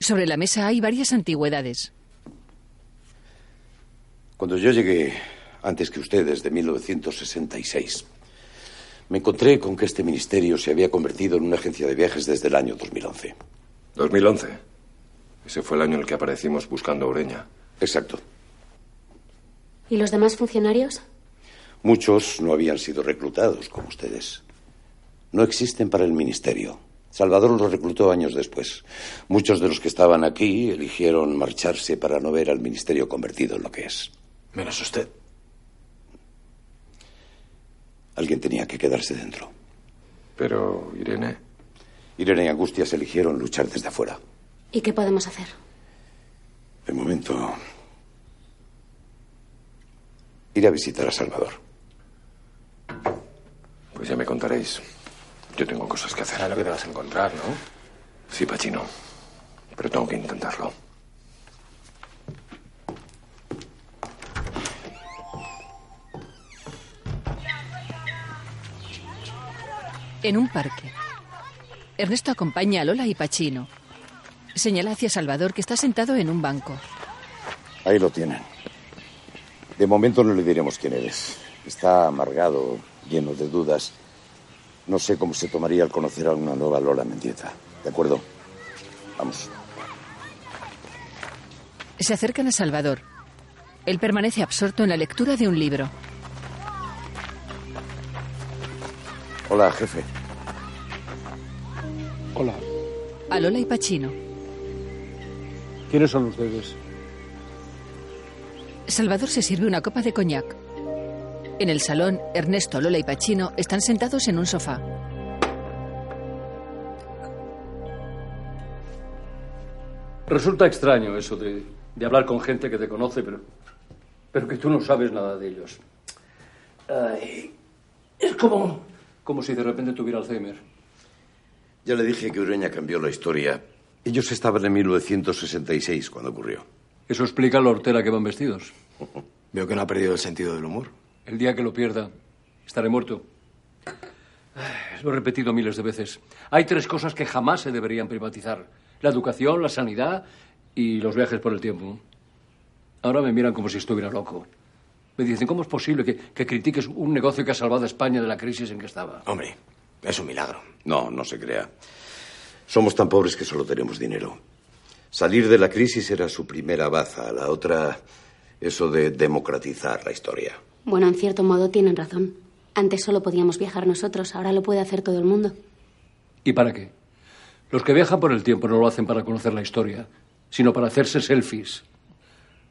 Speaker 9: Sobre la mesa hay varias antigüedades.
Speaker 3: Cuando yo llegué, antes que ustedes, de 1966, me encontré con que este ministerio se había convertido en una agencia de viajes desde el año 2011.
Speaker 14: 2011. Ese fue el año en el que aparecimos buscando a Ureña.
Speaker 3: Exacto.
Speaker 7: ¿Y los demás funcionarios?
Speaker 3: Muchos no habían sido reclutados como ustedes. No existen para el ministerio. Salvador los reclutó años después. Muchos de los que estaban aquí eligieron marcharse para no ver al ministerio convertido en lo que es.
Speaker 34: Menos usted.
Speaker 3: Alguien tenía que quedarse dentro.
Speaker 14: Pero, Irene.
Speaker 3: Irene y Angustias eligieron luchar desde afuera.
Speaker 7: ¿Y qué podemos hacer?
Speaker 3: De momento. Ir a visitar a Salvador.
Speaker 14: Pues ya me contaréis. Yo tengo cosas que hacer.
Speaker 34: Claro que te vas a encontrar, ¿no?
Speaker 14: Sí, Pachino. Pero tengo que intentarlo.
Speaker 9: En un parque. Ernesto acompaña a Lola y Pachino. Señala hacia Salvador que está sentado en un banco.
Speaker 3: Ahí lo tienen. De momento no le diremos quién eres. Está amargado, lleno de dudas. No sé cómo se tomaría al conocer a una nueva Lola Mendieta. ¿De acuerdo? Vamos.
Speaker 9: Se acercan a Salvador. Él permanece absorto en la lectura de un libro.
Speaker 3: Hola, jefe.
Speaker 2: Hola,
Speaker 9: A Lola y Pachino.
Speaker 2: ¿quiénes son ustedes?
Speaker 9: Salvador se sirve una copa de coñac. En el salón, Ernesto, Lola y Pachino están sentados en un sofá.
Speaker 2: Resulta extraño eso de, de hablar con gente que te conoce, pero, pero que tú no sabes nada de ellos. Ay, es como... Como si de repente tuviera Alzheimer.
Speaker 3: Ya le dije que Ureña cambió la historia. Ellos estaban en 1966 cuando ocurrió.
Speaker 2: Eso explica lo hortera que van vestidos.
Speaker 3: Veo que no ha perdido el sentido del humor.
Speaker 2: El día que lo pierda, estaré muerto. Ay, Lo he repetido miles de veces. Hay tres cosas que jamás se deberían privatizar. La educación, la sanidad y los viajes por el tiempo. Ahora me miran como si estuviera loco. Me dicen, ¿cómo es posible que, que critiques un negocio que ha salvado a España de la crisis en que estaba?
Speaker 3: Hombre, es un milagro. No, no se crea. Somos tan pobres que solo tenemos dinero. Salir de la crisis era su primera baza. La otra, eso de democratizar la historia.
Speaker 7: Bueno, en cierto modo tienen razón. Antes solo podíamos viajar nosotros, ahora lo puede hacer todo el mundo.
Speaker 2: ¿Y para qué? Los que viajan por el tiempo no lo hacen para conocer la historia, sino para hacerse selfies.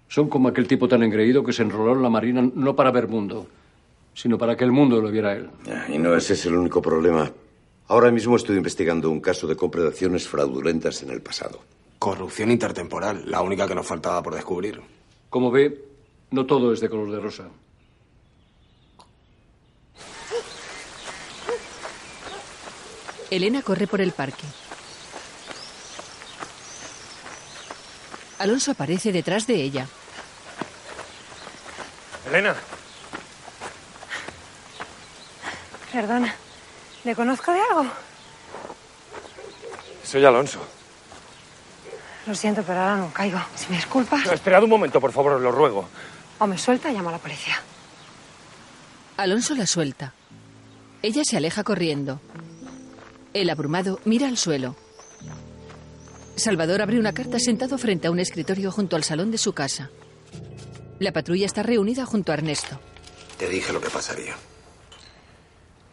Speaker 2: Son como aquel tipo tan engreído que se enroló en la marina no para ver mundo, sino para que el mundo lo viera él.
Speaker 3: Y no ese es el único problema. Ahora mismo estoy investigando un caso de compra de acciones fraudulentas en el pasado.
Speaker 2: Corrupción intertemporal, la única que nos faltaba por descubrir. Como ve, no todo es de color de rosa.
Speaker 9: Elena corre por el parque. Alonso aparece detrás de ella.
Speaker 36: Elena,
Speaker 4: Perdona, ¿le conozco de algo?
Speaker 36: soy Alonso.
Speaker 4: Lo siento, pero ahora no caigo. Si me disculpas,
Speaker 36: No, esperad un momento, por favor, os lo ruego.
Speaker 4: o me suelta, llamo a la policía.
Speaker 9: Alonso la suelta. Ella se aleja corriendo. El abrumado mira al suelo. Salvador abre una carta sentado frente a un escritorio junto al salón de su casa. La patrulla está reunida junto a Ernesto.
Speaker 13: Te dije lo que pasaría.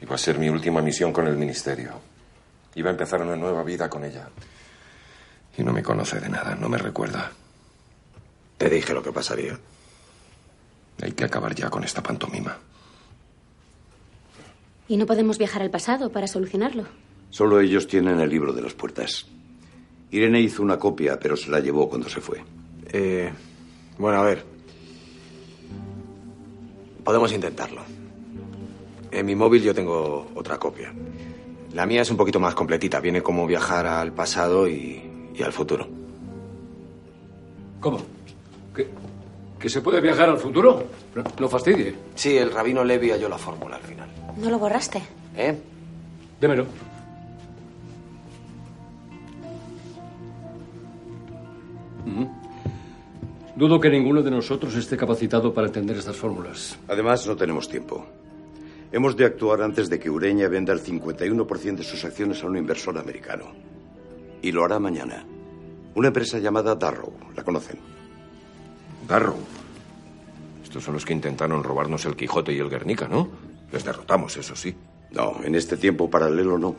Speaker 17: Iba a ser mi última misión con el ministerio. Iba a empezar una nueva vida con ella. Y no me conoce de nada, no me recuerda. Te dije lo que pasaría. Hay que acabar ya con esta pantomima.
Speaker 7: Y no podemos viajar al pasado para solucionarlo.
Speaker 3: Solo ellos tienen el libro de las puertas. Irene hizo una copia, pero se la llevó cuando se fue.
Speaker 13: Eh, bueno, a ver. Podemos intentarlo. En mi móvil yo tengo otra copia. La mía es un poquito más completita. Viene como viajar al pasado y, y al futuro.
Speaker 2: ¿Cómo? ¿Que, que se puede viajar al futuro? No, no fastidie.
Speaker 13: Sí, el rabino Levi halló la fórmula al final.
Speaker 7: ¿No lo borraste?
Speaker 13: ¿Eh?
Speaker 2: Démelo. Mm. Dudo que ninguno de nosotros esté capacitado para entender estas fórmulas.
Speaker 3: Además, no tenemos tiempo. Hemos de actuar antes de que Ureña venda el 51% de sus acciones a un inversor americano. Y lo hará mañana. Una empresa llamada Darrow. ¿La conocen?
Speaker 17: Darrow. Estos son los que intentaron robarnos el Quijote y el Guernica, ¿no? Les derrotamos, eso sí.
Speaker 3: No, en este tiempo paralelo no.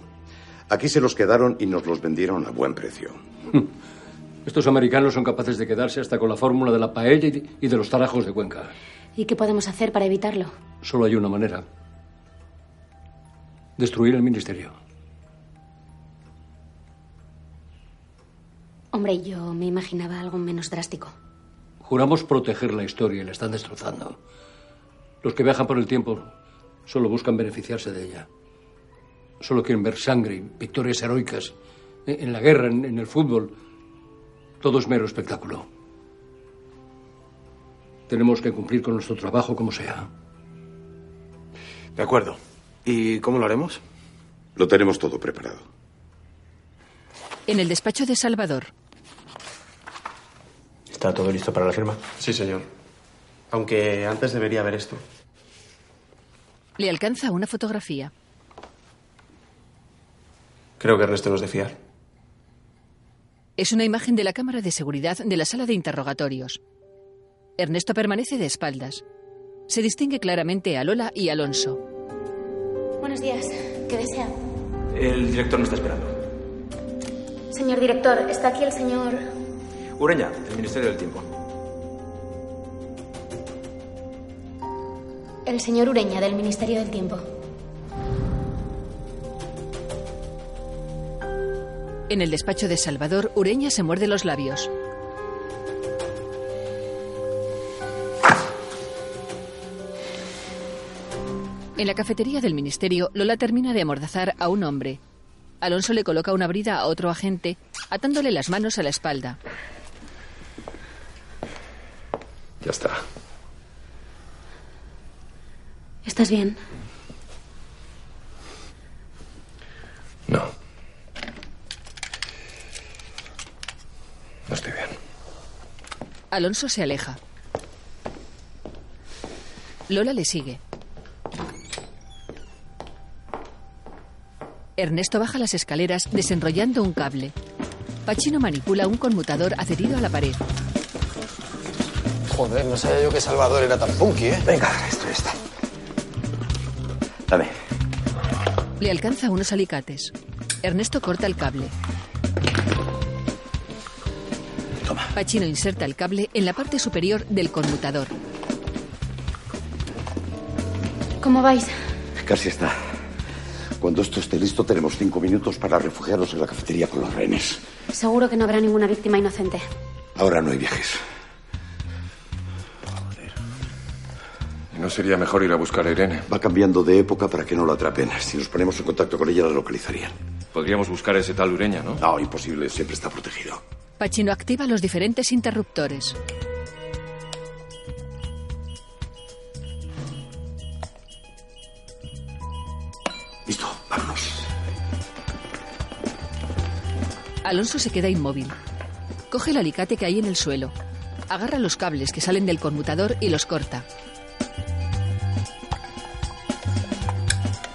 Speaker 3: Aquí se los quedaron y nos los vendieron a buen precio.
Speaker 2: Estos americanos son capaces de quedarse hasta con la fórmula de la paella y y de los tarajos de Cuenca.
Speaker 7: ¿Y qué podemos hacer para evitarlo?
Speaker 2: Solo hay una manera. Destruir el ministerio.
Speaker 7: Hombre, yo me imaginaba algo menos drástico.
Speaker 2: Juramos proteger la historia y la están destrozando. Los que viajan por el tiempo solo buscan beneficiarse de ella. Solo quieren ver sangre, victorias heroicas, e- en la guerra, en, en el fútbol. Todo es mero espectáculo. Tenemos que cumplir con nuestro trabajo como sea.
Speaker 13: De acuerdo. ¿Y cómo lo haremos?
Speaker 3: Lo tenemos todo preparado.
Speaker 9: En el despacho de Salvador,
Speaker 13: ¿Está todo listo para la firma?
Speaker 2: Sí, señor.
Speaker 20: Aunque antes debería ver esto.
Speaker 9: le alcanza una fotografía.
Speaker 20: Creo que Ernesto no es de fiar.
Speaker 9: Es una imagen de la cámara de seguridad de la sala de interrogatorios. Ernesto permanece de espaldas. Se distingue claramente a Lola y Alonso.
Speaker 7: Buenos días. ¿Qué desea?
Speaker 1: El director me está esperando.
Speaker 7: Señor director, está aquí el señor...
Speaker 1: Ureña, del Ministerio del Tiempo.
Speaker 7: El señor Ureña, del Ministerio del Tiempo.
Speaker 9: En el despacho de Salvador, Ureña se muerde los labios. En la cafetería del ministerio, Lola termina de amordazar a un hombre. Alonso le coloca una brida a otro agente, atándole las manos a la espalda.
Speaker 17: Ya está.
Speaker 7: ¿Estás bien?
Speaker 17: No. No estoy bien.
Speaker 9: Alonso se aleja. Lola le sigue. Ernesto baja las escaleras desenrollando un cable. Pachino manipula un conmutador adherido a la pared.
Speaker 13: Joder, no sabía yo que Salvador era tan punky, ¿eh? Venga, esto ya está.
Speaker 34: Dame.
Speaker 9: Le alcanza unos alicates. Ernesto corta el cable. Toma. Pachino inserta el cable en la parte superior del conmutador.
Speaker 7: ¿Cómo vais?
Speaker 3: Casi está. Cuando esto esté listo, tenemos cinco minutos para refugiarnos en la cafetería con los rehenes.
Speaker 7: Seguro que no habrá ninguna víctima inocente.
Speaker 3: Ahora no hay viajes.
Speaker 17: ¿Y ¿No sería mejor ir a buscar a Irene?
Speaker 3: Va cambiando de época para que no lo atrapen. Si nos ponemos en contacto con ella, la localizarían.
Speaker 17: Podríamos buscar a ese tal Ureña, ¿no?
Speaker 3: No, imposible. Siempre está protegido.
Speaker 9: Pachino activa los diferentes interruptores.
Speaker 3: Listo, vámonos.
Speaker 9: Alonso se queda inmóvil. Coge el alicate que hay en el suelo. Agarra los cables que salen del conmutador y los corta.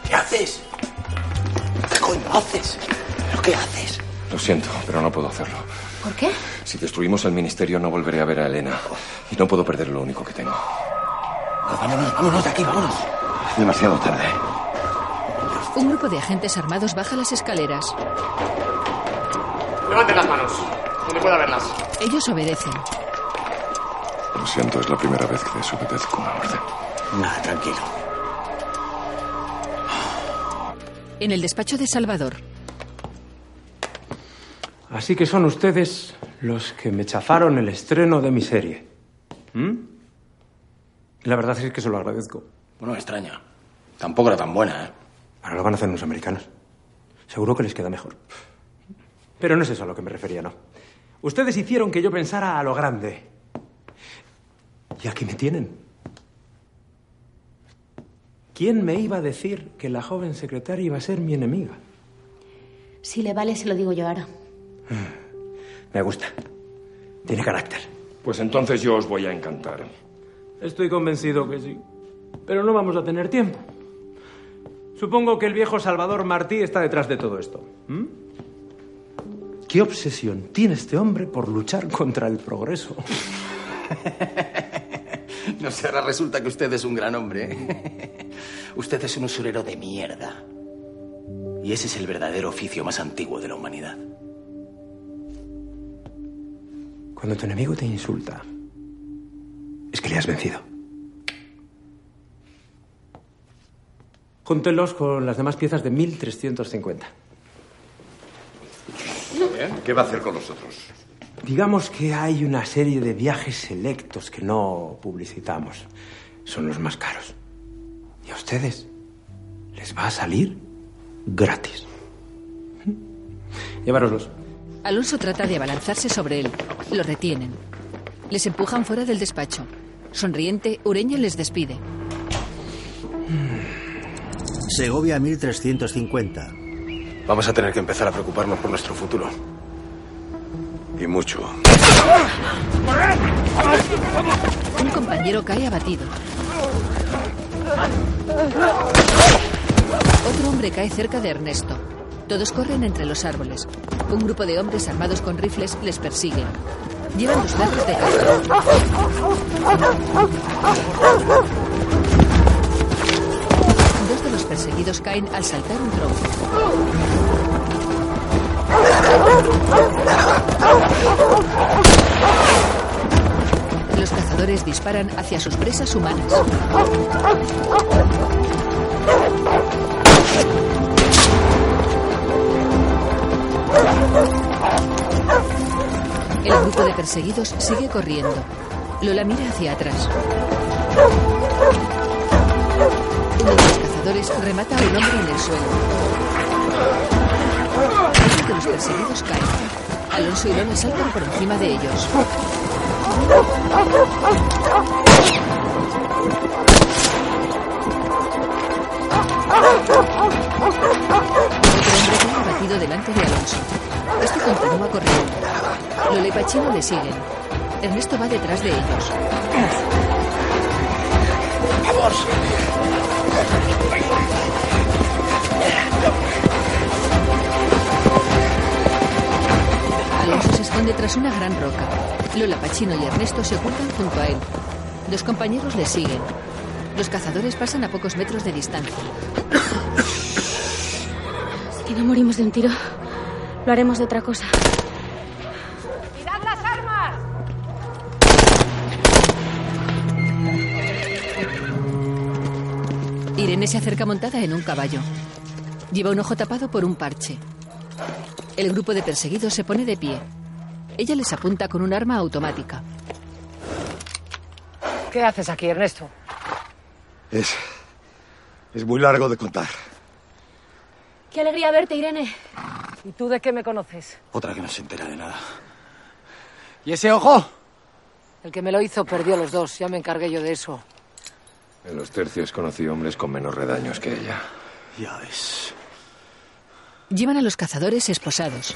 Speaker 13: ¿Qué haces? ¿Qué coño haces? ¿Pero qué haces?
Speaker 17: Lo siento, pero no puedo hacerlo.
Speaker 7: ¿Por qué?
Speaker 17: Si destruimos el ministerio, no volveré a ver a Elena. Y no puedo perder lo único que tengo.
Speaker 13: vámonos, vámonos de aquí, vámonos.
Speaker 3: Demasiado tarde.
Speaker 9: Un grupo de agentes armados baja las escaleras.
Speaker 31: Levanten las manos, donde pueda verlas.
Speaker 9: Ellos obedecen.
Speaker 17: Lo siento, es la primera vez que desobedezco una orden.
Speaker 13: Nada, tranquilo.
Speaker 9: En el despacho de Salvador,
Speaker 1: Así que son ustedes los que me chafaron el estreno de mi serie. ¿Mm? La verdad es que se lo agradezco.
Speaker 13: Bueno, me extraña. Tampoco era tan buena, ¿eh?
Speaker 1: Ahora lo van a hacer unos americanos. Seguro que les queda mejor. Pero no es eso a lo que me refería, no. Ustedes hicieron que yo pensara a lo grande. Y aquí me tienen. ¿Quién me iba a decir que la joven secretaria iba a ser mi enemiga?
Speaker 7: Si le vale, se lo digo yo ahora.
Speaker 1: Me gusta. Tiene carácter.
Speaker 17: Pues entonces yo os voy a encantar.
Speaker 1: Estoy convencido que sí. Pero no vamos a tener tiempo. Supongo que el viejo Salvador Martí está detrás de todo esto. ¿m? ¿Qué obsesión tiene este hombre por luchar contra el progreso?
Speaker 13: No sé, ahora resulta que usted es un gran hombre. ¿eh? [laughs] Usted es un usurero de mierda. Y ese es el verdadero oficio más antiguo de la humanidad.
Speaker 1: Cuando tu enemigo te insulta, es que le has vencido. Júntenlos con las demás piezas de 1350.
Speaker 3: ¿Qué va a hacer con nosotros?
Speaker 1: Digamos que hay una serie de viajes selectos que no publicitamos. Son los más caros. Y a ustedes les va a salir gratis. Llevároslos.
Speaker 9: Alonso trata de abalanzarse sobre él. Lo retienen. Les empujan fuera del despacho. Sonriente, Ureña les despide.
Speaker 6: Segovia 1350.
Speaker 20: Vamos a tener que empezar a preocuparnos por nuestro futuro.
Speaker 3: Y mucho.
Speaker 9: Un compañero cae abatido. Otro hombre cae cerca de Ernesto. Todos corren entre los árboles. Un grupo de hombres armados con rifles les persigue. Llevan los lazos de caza. Dos de los perseguidos caen al saltar un tronco. Los cazadores disparan hacia sus presas humanas. El grupo de perseguidos sigue corriendo. Lola mira hacia atrás. Uno de los cazadores remata a un hombre en el suelo. Varios de los perseguidos caen. Alonso y Lola saltan por encima de ellos. Otro hombre cae abatido delante de Alonso. Este continúa corriendo. Lola y Pachino le siguen. Ernesto va detrás de ellos.
Speaker 34: ¡Vamos!
Speaker 9: Alonso se esconde tras una gran roca. Lola, Pachino y Ernesto se ocultan junto a él. Dos compañeros le siguen. Los cazadores pasan a pocos metros de distancia.
Speaker 7: Que no morimos de un tiro. Lo haremos de otra cosa.
Speaker 5: ¡Mirad las armas!
Speaker 9: Irene se acerca montada en un caballo. Lleva un ojo tapado por un parche. El grupo de perseguidos se pone de pie. Ella les apunta con un arma automática.
Speaker 4: ¿Qué haces aquí, Ernesto?
Speaker 37: Es. Es muy largo de contar.
Speaker 5: ¡Qué alegría verte, Irene!
Speaker 4: ¿Y tú de qué me conoces?
Speaker 37: Otra que no se entera de nada.
Speaker 38: ¿Y ese ojo?
Speaker 4: El que me lo hizo perdió los dos. Ya me encargué yo de eso.
Speaker 17: En los tercios conocí hombres con menos redaños que ella.
Speaker 37: Ya ves.
Speaker 9: Llevan a los cazadores esposados.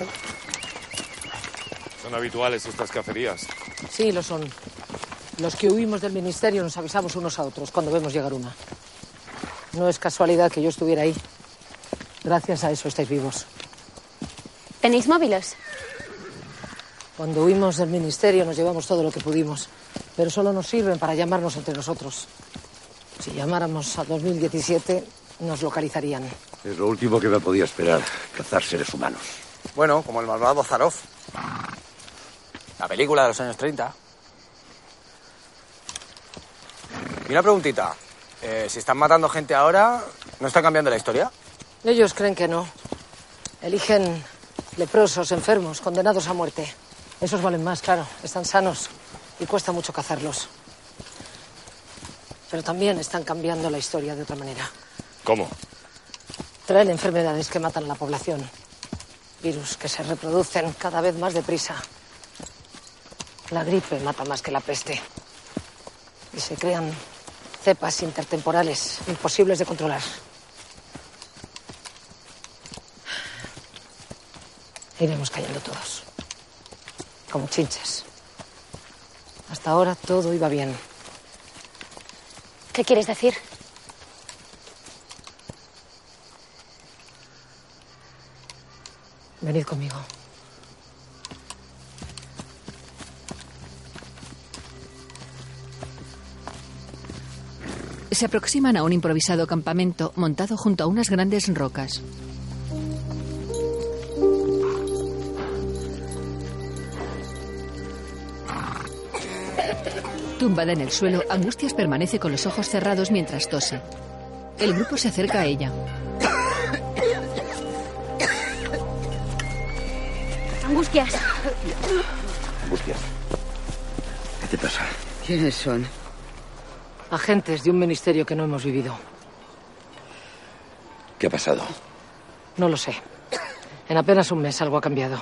Speaker 14: Son habituales estas cacerías.
Speaker 4: Sí, lo son. Los que huimos del ministerio nos avisamos unos a otros cuando vemos llegar una. No es casualidad que yo estuviera ahí. Gracias a eso estáis vivos.
Speaker 7: ¿Tenéis móviles?
Speaker 4: Cuando huimos del ministerio nos llevamos todo lo que pudimos, pero solo nos sirven para llamarnos entre nosotros. Si llamáramos a 2017, nos localizarían.
Speaker 37: Es lo último que me podía esperar, cazar seres humanos.
Speaker 13: Bueno, como el malvado Zarov. La película de los años 30. Y una preguntita. Eh, si están matando gente ahora, ¿no está cambiando la historia?
Speaker 4: Ellos creen que no. Eligen leprosos, enfermos, condenados a muerte. Esos valen más, claro. Están sanos y cuesta mucho cazarlos. Pero también están cambiando la historia de otra manera.
Speaker 14: ¿Cómo?
Speaker 4: Traen enfermedades que matan a la población. Virus que se reproducen cada vez más deprisa. La gripe mata más que la peste. Y se crean cepas intertemporales imposibles de controlar. Iremos cayendo todos. Como chinches. Hasta ahora todo iba bien.
Speaker 7: ¿Qué quieres decir?
Speaker 4: Venid conmigo.
Speaker 9: Se aproximan a un improvisado campamento montado junto a unas grandes rocas. Tumbada en el suelo, Angustias permanece con los ojos cerrados mientras tose. El grupo se acerca a ella.
Speaker 7: Angustias.
Speaker 3: Angustia. ¿Qué te pasa?
Speaker 4: ¿Quiénes son? Agentes de un ministerio que no hemos vivido.
Speaker 3: ¿Qué ha pasado?
Speaker 4: No lo sé. En apenas un mes algo ha cambiado.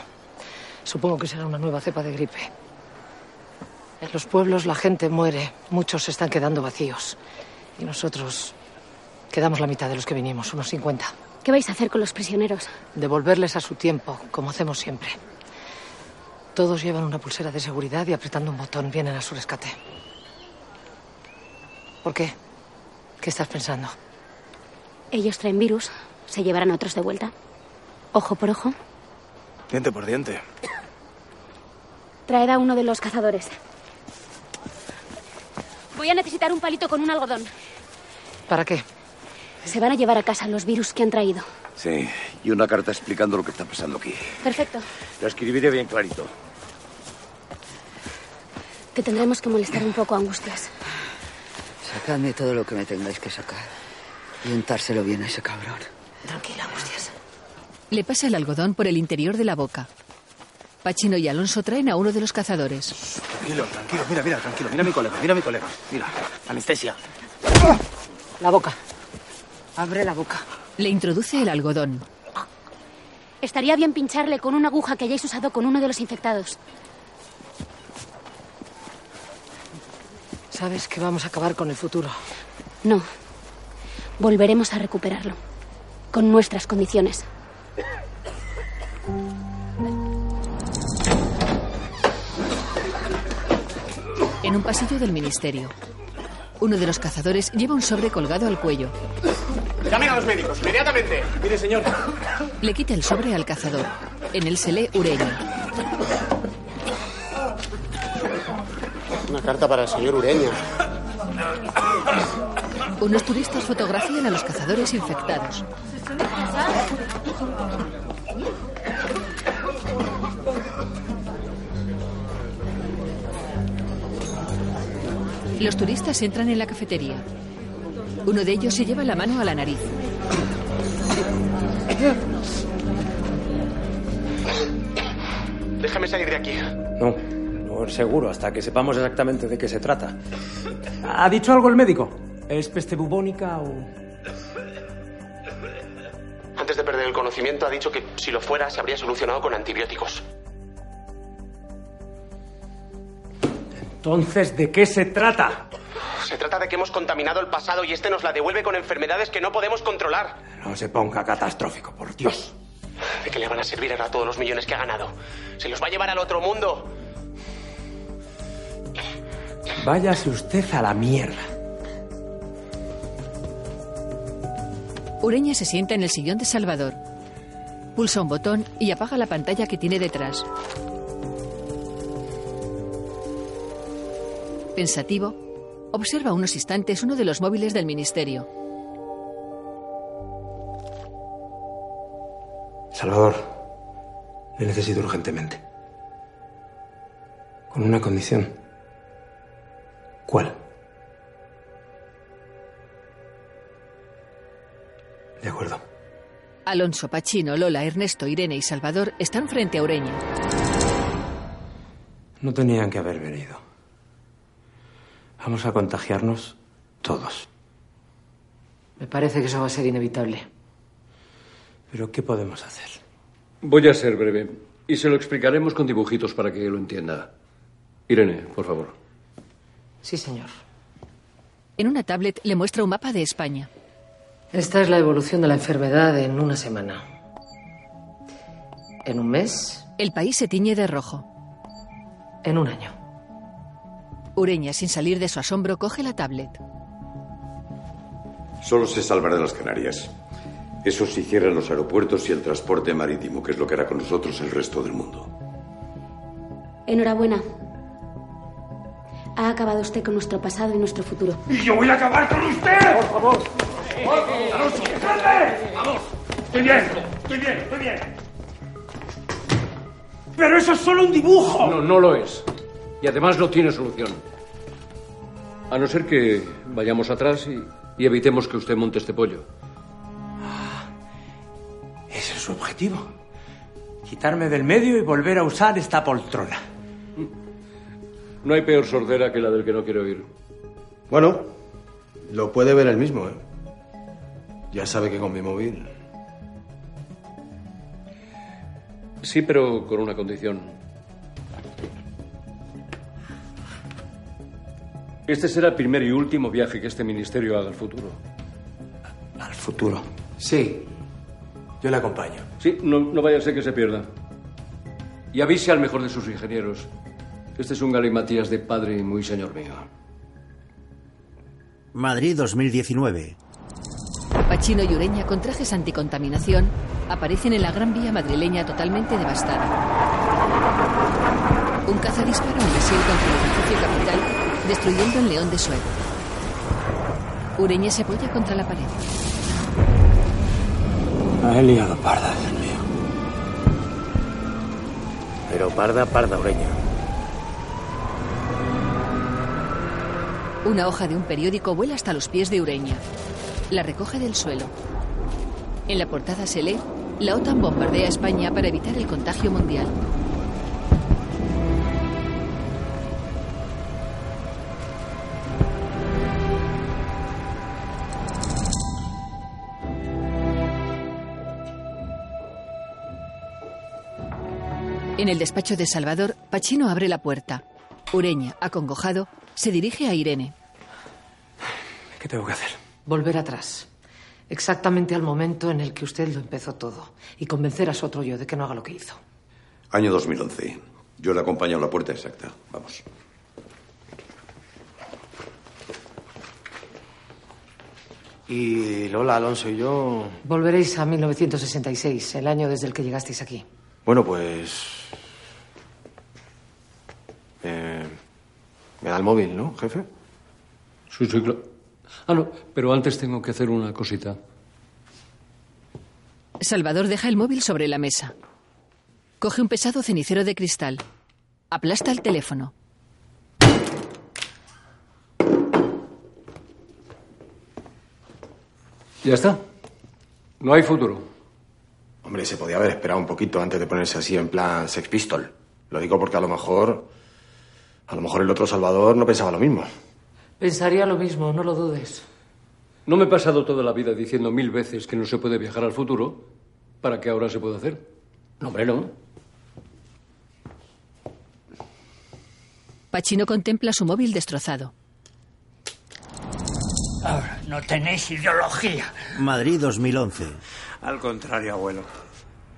Speaker 4: Supongo que será una nueva cepa de gripe. En los pueblos la gente muere, muchos se están quedando vacíos. Y nosotros quedamos la mitad de los que vinimos, unos 50.
Speaker 7: ¿Qué vais a hacer con los prisioneros?
Speaker 4: Devolverles a su tiempo, como hacemos siempre. Todos llevan una pulsera de seguridad y apretando un botón vienen a su rescate. ¿Por qué? ¿Qué estás pensando?
Speaker 7: Ellos traen virus, se llevarán otros de vuelta. Ojo por ojo.
Speaker 13: Diente por diente.
Speaker 7: Traed a uno de los cazadores. Voy a necesitar un palito con un algodón.
Speaker 4: ¿Para qué?
Speaker 7: Se van a llevar a casa los virus que han traído.
Speaker 3: Sí, y una carta explicando lo que está pasando aquí.
Speaker 7: Perfecto.
Speaker 3: La escribiré bien clarito.
Speaker 7: Te tendremos que molestar un poco, Angustias.
Speaker 18: Sacadme todo lo que me tengáis que sacar. Y untárselo bien a ese cabrón.
Speaker 9: Tranquila, Angustias. Le pasa el algodón por el interior de la boca. Pachino y Alonso traen a uno de los cazadores.
Speaker 13: Tranquilo, tranquilo, mira, mira, tranquilo. Mira a mi colega, mira a mi colega. Mira, anestesia.
Speaker 4: La boca. Abre la boca.
Speaker 9: Le introduce el algodón.
Speaker 7: Estaría bien pincharle con una aguja que hayáis usado con uno de los infectados.
Speaker 4: Sabes que vamos a acabar con el futuro.
Speaker 7: No. Volveremos a recuperarlo. Con nuestras condiciones.
Speaker 9: En un pasillo del ministerio. Uno de los cazadores lleva un sobre colgado al cuello.
Speaker 13: Llamen a los médicos, inmediatamente. Mire, señor.
Speaker 9: Le quita el sobre al cazador. En él se lee Ureña.
Speaker 39: Una carta para el señor Ureña.
Speaker 9: Unos turistas fotografían a los cazadores infectados. Los turistas entran en la cafetería. Uno de ellos se lleva la mano a la nariz.
Speaker 11: Déjame salir de aquí.
Speaker 36: No, no seguro, hasta que sepamos exactamente de qué se trata.
Speaker 1: ¿Ha dicho algo el médico? ¿Es peste bubónica o...?
Speaker 11: Antes de perder el conocimiento, ha dicho que si lo fuera se habría solucionado con antibióticos.
Speaker 1: Entonces, ¿de qué se trata?
Speaker 11: Se trata de que hemos contaminado el pasado y este nos la devuelve con enfermedades que no podemos controlar.
Speaker 36: No se ponga catastrófico, por Dios.
Speaker 11: ¿De qué le van a servir ahora todos los millones que ha ganado? Se los va a llevar al otro mundo.
Speaker 1: Váyase usted a la mierda.
Speaker 9: Ureña se sienta en el sillón de Salvador. Pulsa un botón y apaga la pantalla que tiene detrás. Pensativo, observa unos instantes uno de los móviles del ministerio.
Speaker 36: Salvador, le necesito urgentemente. Con una condición. ¿Cuál? De acuerdo.
Speaker 9: Alonso, Pachino, Lola, Ernesto, Irene y Salvador están frente a Ureña.
Speaker 36: No tenían que haber venido. Vamos a contagiarnos todos.
Speaker 4: Me parece que eso va a ser inevitable.
Speaker 36: Pero ¿qué podemos hacer?
Speaker 2: Voy a ser breve y se lo explicaremos con dibujitos para que lo entienda. Irene, por favor.
Speaker 4: Sí, señor.
Speaker 9: En una tablet le muestra un mapa de España.
Speaker 4: Esta es la evolución de la enfermedad en una semana. En un mes,
Speaker 9: El país se tiñe de rojo.
Speaker 4: en un año.
Speaker 9: Ureña, sin salir de su asombro, coge la tablet.
Speaker 20: Solo se salvará de las Canarias. Eso si cierran los aeropuertos y el transporte marítimo, que es lo que hará con nosotros el resto del mundo.
Speaker 7: Enhorabuena. Ha acabado usted con nuestro pasado y nuestro futuro.
Speaker 31: ¡Y yo voy a acabar con usted! ¡Por favor! ¡Alonso, déjame! ¡Vamos! ¡Estoy bien! ¡Estoy bien! ¡Estoy bien!
Speaker 2: Pero eso es solo un dibujo. No, no lo es. Y además no tiene solución. A no ser que vayamos atrás y, y evitemos que usted monte este pollo.
Speaker 1: Ese es su objetivo. Quitarme del medio y volver a usar esta poltrona.
Speaker 2: No hay peor sordera que la del que no quiere oír.
Speaker 40: Bueno, lo puede ver él mismo, ¿eh? Ya sabe que con mi móvil.
Speaker 2: Sí, pero con una condición. Este será el primer y último viaje que este ministerio haga al futuro.
Speaker 36: Al futuro.
Speaker 40: Sí. Yo le acompaño.
Speaker 2: Sí, no, no vaya a ser que se pierda. Y avise al mejor de sus ingenieros. Este es un galimatías de padre y muy señor mío.
Speaker 6: Madrid 2019.
Speaker 9: Pachino y Ureña, con trajes anticontaminación, aparecen en la gran vía madrileña totalmente devastada. Un caza dispara un misil contra el edificio capital, destruyendo el león de Suez. Ureña se apoya contra la pared.
Speaker 41: La he liado parda, Dios mío.
Speaker 42: Pero parda, parda, Ureña.
Speaker 9: Una hoja de un periódico vuela hasta los pies de Ureña. La recoge del suelo. En la portada se lee, la OTAN bombardea a España para evitar el contagio mundial. En el despacho de Salvador, Pachino abre la puerta. Ureña, acongojado, se dirige a Irene.
Speaker 41: ¿Qué tengo que hacer?
Speaker 4: Volver atrás. Exactamente al momento en el que usted lo empezó todo. Y convencer a su otro yo de que no haga lo que hizo.
Speaker 3: Año 2011. Yo le acompaño a la puerta exacta. Vamos.
Speaker 13: Y Lola, Alonso y yo.
Speaker 4: Volveréis a 1966, el año desde el que llegasteis aquí.
Speaker 13: Bueno, pues. eh, me da el móvil, ¿no, jefe?
Speaker 2: Sí, sí, claro. Ah, no, pero antes tengo que hacer una cosita.
Speaker 9: Salvador deja el móvil sobre la mesa. Coge un pesado cenicero de cristal. Aplasta el teléfono.
Speaker 2: Ya está. No hay futuro.
Speaker 13: Hombre, se podía haber esperado un poquito antes de ponerse así en plan Sex Pistol. Lo digo porque a lo mejor. A lo mejor el otro Salvador no pensaba lo mismo.
Speaker 4: Pensaría lo mismo, no lo dudes.
Speaker 2: No me he pasado toda la vida diciendo mil veces que no se puede viajar al futuro para que ahora se pueda hacer. No, hombre, no.
Speaker 9: Pachino contempla su móvil destrozado.
Speaker 17: Ahora, no tenéis ideología.
Speaker 6: Madrid 2011.
Speaker 1: Al contrario, abuelo.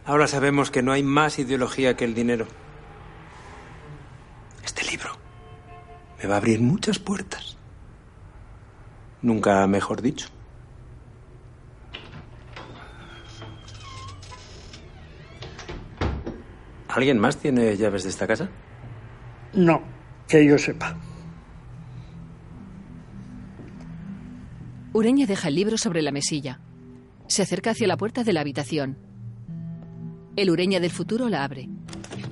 Speaker 1: Ahora sabemos que no hay más ideología que el dinero. Este libro me va a abrir muchas puertas. Nunca mejor dicho. ¿Alguien más tiene llaves de esta casa?
Speaker 17: No, que yo sepa.
Speaker 9: Ureña deja el libro sobre la mesilla. Se acerca hacia la puerta de la habitación. El Ureña del futuro la abre.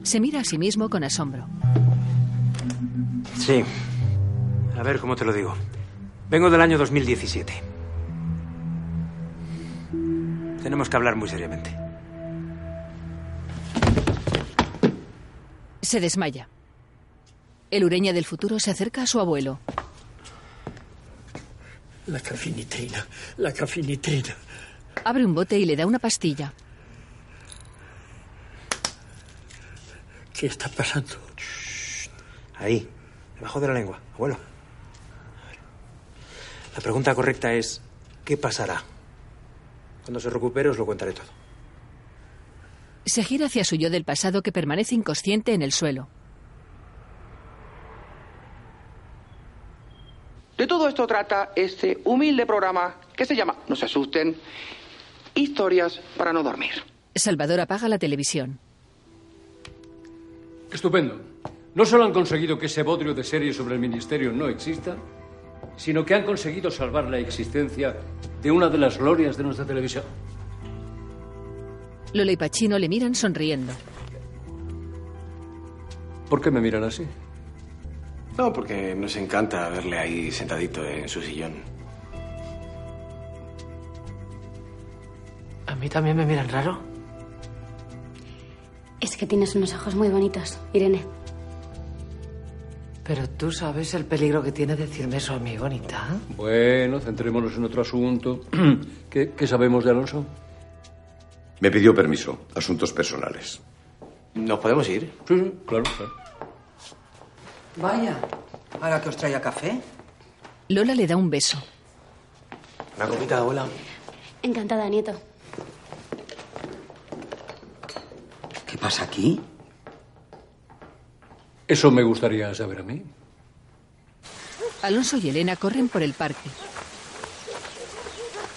Speaker 9: Se mira a sí mismo con asombro.
Speaker 1: Sí. A ver cómo te lo digo. Vengo del año 2017. Tenemos que hablar muy seriamente.
Speaker 9: Se desmaya. El Ureña del futuro se acerca a su abuelo.
Speaker 17: La cafinitrina, la cafinitrina.
Speaker 9: Abre un bote y le da una pastilla.
Speaker 17: ¿Qué está pasando?
Speaker 1: Ahí, debajo de la lengua, abuelo. La pregunta correcta es, ¿qué pasará? Cuando se recupere os lo contaré todo.
Speaker 9: Se gira hacia su yo del pasado que permanece inconsciente en el suelo.
Speaker 18: De todo esto trata este humilde programa que se llama, no se asusten, Historias para no dormir.
Speaker 9: Salvador apaga la televisión.
Speaker 2: Estupendo. No solo han conseguido que ese bodrio de serie sobre el ministerio no exista, sino que han conseguido salvar la existencia de una de las glorias de nuestra televisión.
Speaker 9: Lola y Pachino le miran sonriendo.
Speaker 2: ¿Por qué me miran así?
Speaker 1: No, porque nos encanta verle ahí sentadito en su sillón.
Speaker 4: A mí también me miran raro.
Speaker 7: Es que tienes unos ojos muy bonitos, Irene.
Speaker 4: Pero tú sabes el peligro que tiene decirme eso a mí, bonita.
Speaker 2: Bueno, centrémonos en otro asunto. [clears throat] ¿Qué, qué sabemos de Alonso?
Speaker 3: Me pidió permiso. Asuntos personales.
Speaker 1: ¿Nos podemos ir?
Speaker 2: Sí, sí, claro, claro.
Speaker 43: Vaya, ahora que os traía café.
Speaker 9: Lola le da un beso.
Speaker 1: Una copita, abuela.
Speaker 7: Encantada, nieto.
Speaker 43: ¿Qué pasa aquí?
Speaker 2: Eso me gustaría saber a mí.
Speaker 9: Alonso y Elena corren por el parque.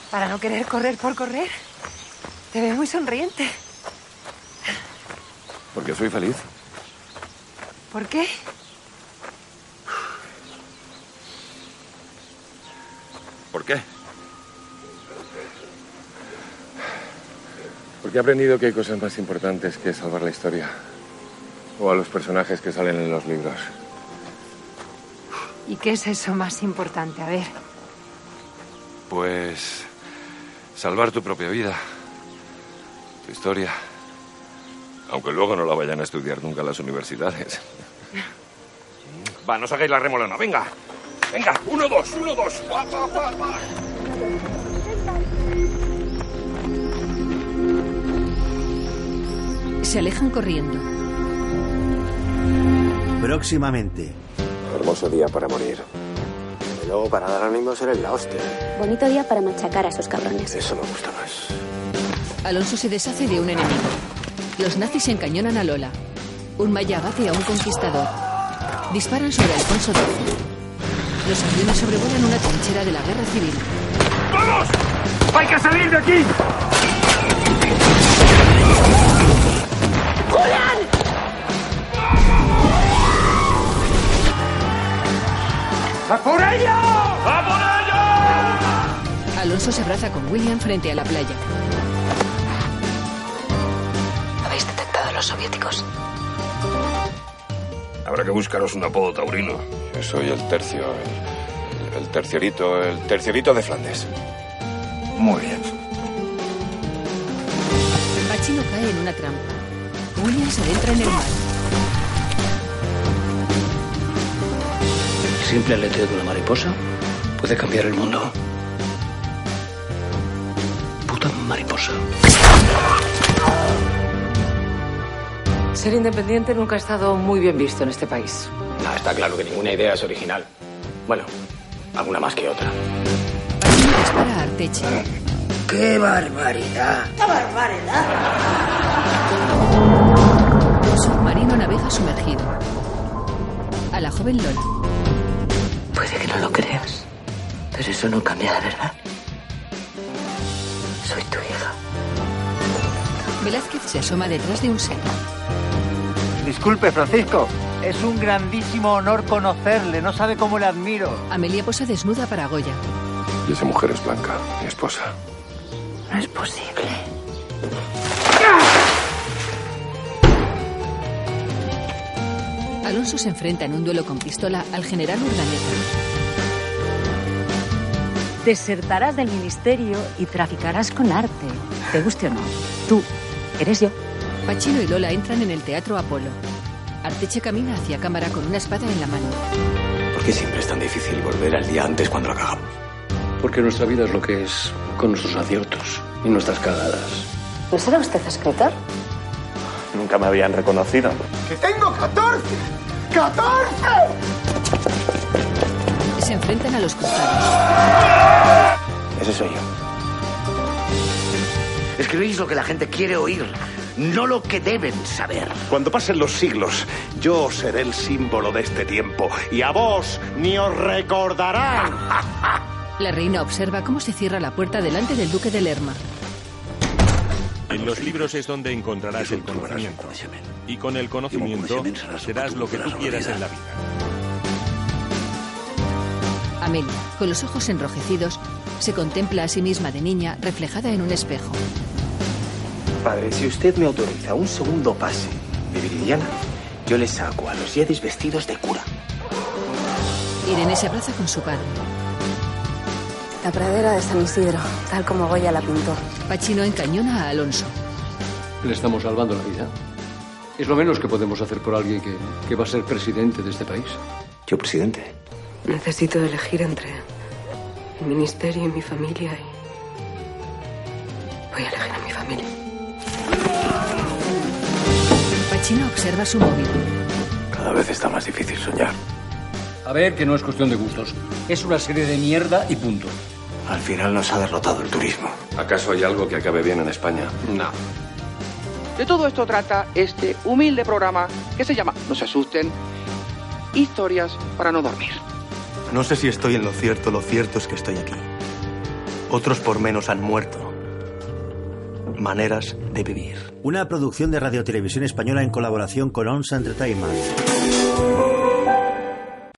Speaker 5: Para no querer correr por correr, te veo muy sonriente.
Speaker 14: Porque soy feliz.
Speaker 5: ¿Por qué?
Speaker 14: ¿Por qué? Porque he aprendido que hay cosas más importantes que salvar la historia. O a los personajes que salen en los libros.
Speaker 5: ¿Y qué es eso más importante? A ver,
Speaker 14: Pues salvar tu propia vida, tu historia. Aunque luego no la vayan a estudiar nunca las universidades. Va, no os hagáis la remolona, venga.
Speaker 17: Venga, uno, dos, uno, dos. Va, va, va, va.
Speaker 9: Se alejan corriendo.
Speaker 6: Próximamente.
Speaker 13: Hermoso día para morir. Y luego para dar ánimos eres la hostia.
Speaker 7: Bonito día para machacar a esos cabrones.
Speaker 13: Eso me gusta más.
Speaker 9: Alonso se deshace de un enemigo. Los nazis encañonan a Lola. Un maya abate a un conquistador. Disparan sobre Alfonso XII. Los aviones sobrevuelan una trinchera de la guerra civil.
Speaker 17: ¡Vamos! ¡Hay que salir de aquí! ¡Julián!
Speaker 9: ¡A por ello! ¡A por ello! Alonso se abraza con William frente a la playa.
Speaker 4: Habéis detectado a los soviéticos.
Speaker 14: Habrá que buscaros un apodo taurino. Yo soy el tercio, el, el terciorito, el terciorito de Flandes. Muy bien.
Speaker 9: Pachino cae en una trampa. William se adentra en el mar.
Speaker 44: Simple aleteo de una mariposa puede cambiar el mundo. Puta mariposa.
Speaker 45: Ser independiente nunca ha estado muy bien visto en este país.
Speaker 13: No, está claro que ninguna idea es original. Bueno, alguna más que otra.
Speaker 9: Dispara a Arteche.
Speaker 4: ¡Qué barbaridad!
Speaker 9: ¡Qué barbaridad! Submarino navega sumergido. A la joven Lola.
Speaker 4: Puede que no lo creas, pero eso no cambia la verdad. Soy tu hija.
Speaker 9: Velázquez se asoma detrás de un seco.
Speaker 46: Disculpe, Francisco. Es un grandísimo honor conocerle. No sabe cómo le admiro.
Speaker 9: Amelia posa desnuda para Goya.
Speaker 14: Y esa mujer es Blanca, mi esposa.
Speaker 4: No es posible.
Speaker 9: Alonso se enfrenta en un duelo con pistola al general Urdaneta.
Speaker 47: Desertarás del ministerio y traficarás con arte. Te guste o no. Tú eres yo.
Speaker 9: Pachino y Lola entran en el teatro Apolo. Arteche camina hacia cámara con una espada en la mano.
Speaker 13: ¿Por qué siempre es tan difícil volver al día antes cuando lo cagamos?
Speaker 44: Porque nuestra vida es lo que es, con nuestros aciertos y nuestras cagadas.
Speaker 4: ¿No será usted escritor?
Speaker 44: Nunca me habían reconocido.
Speaker 17: ¡Que tengo 14! ¡14!
Speaker 9: Se enfrentan a los cruzados.
Speaker 13: Ese soy yo.
Speaker 4: Escribís lo que la gente quiere oír, no lo que deben saber.
Speaker 17: Cuando pasen los siglos, yo seré el símbolo de este tiempo y a vos ni os recordarán.
Speaker 9: La reina observa cómo se cierra la puerta delante del duque de Lerma.
Speaker 1: En los libros es donde encontrarás el conocimiento. Y con el conocimiento serás lo que tú quieras en la vida.
Speaker 9: Amelia, con los ojos enrojecidos, se contempla a sí misma de niña reflejada en un espejo.
Speaker 13: Padre, si usted me autoriza un segundo pase de Viridiana, yo le saco a los Jedis vestidos de cura.
Speaker 9: Irene se abraza con su padre.
Speaker 47: La pradera de San Isidro, tal como Goya la pintó.
Speaker 9: Pachino encañona a Alonso.
Speaker 2: Le estamos salvando la vida. Es lo menos que podemos hacer por alguien que, que va a ser presidente de este país.
Speaker 13: Yo, presidente.
Speaker 47: Necesito elegir entre el ministerio y mi familia y... Voy a elegir a mi familia.
Speaker 9: Pachino observa su móvil.
Speaker 13: Cada vez está más difícil soñar.
Speaker 2: A ver, que no es cuestión de gustos. Es una serie de mierda y punto.
Speaker 13: Al final nos ha derrotado el turismo.
Speaker 14: ¿Acaso hay algo que acabe bien en España?
Speaker 13: No.
Speaker 18: De todo esto trata este humilde programa que se llama, no se asusten, historias para no dormir.
Speaker 48: No sé si estoy en lo cierto, lo cierto es que estoy aquí. Otros por menos han muerto. Maneras de vivir.
Speaker 6: Una producción de Radio Televisión Española en colaboración con ONS Entertainment.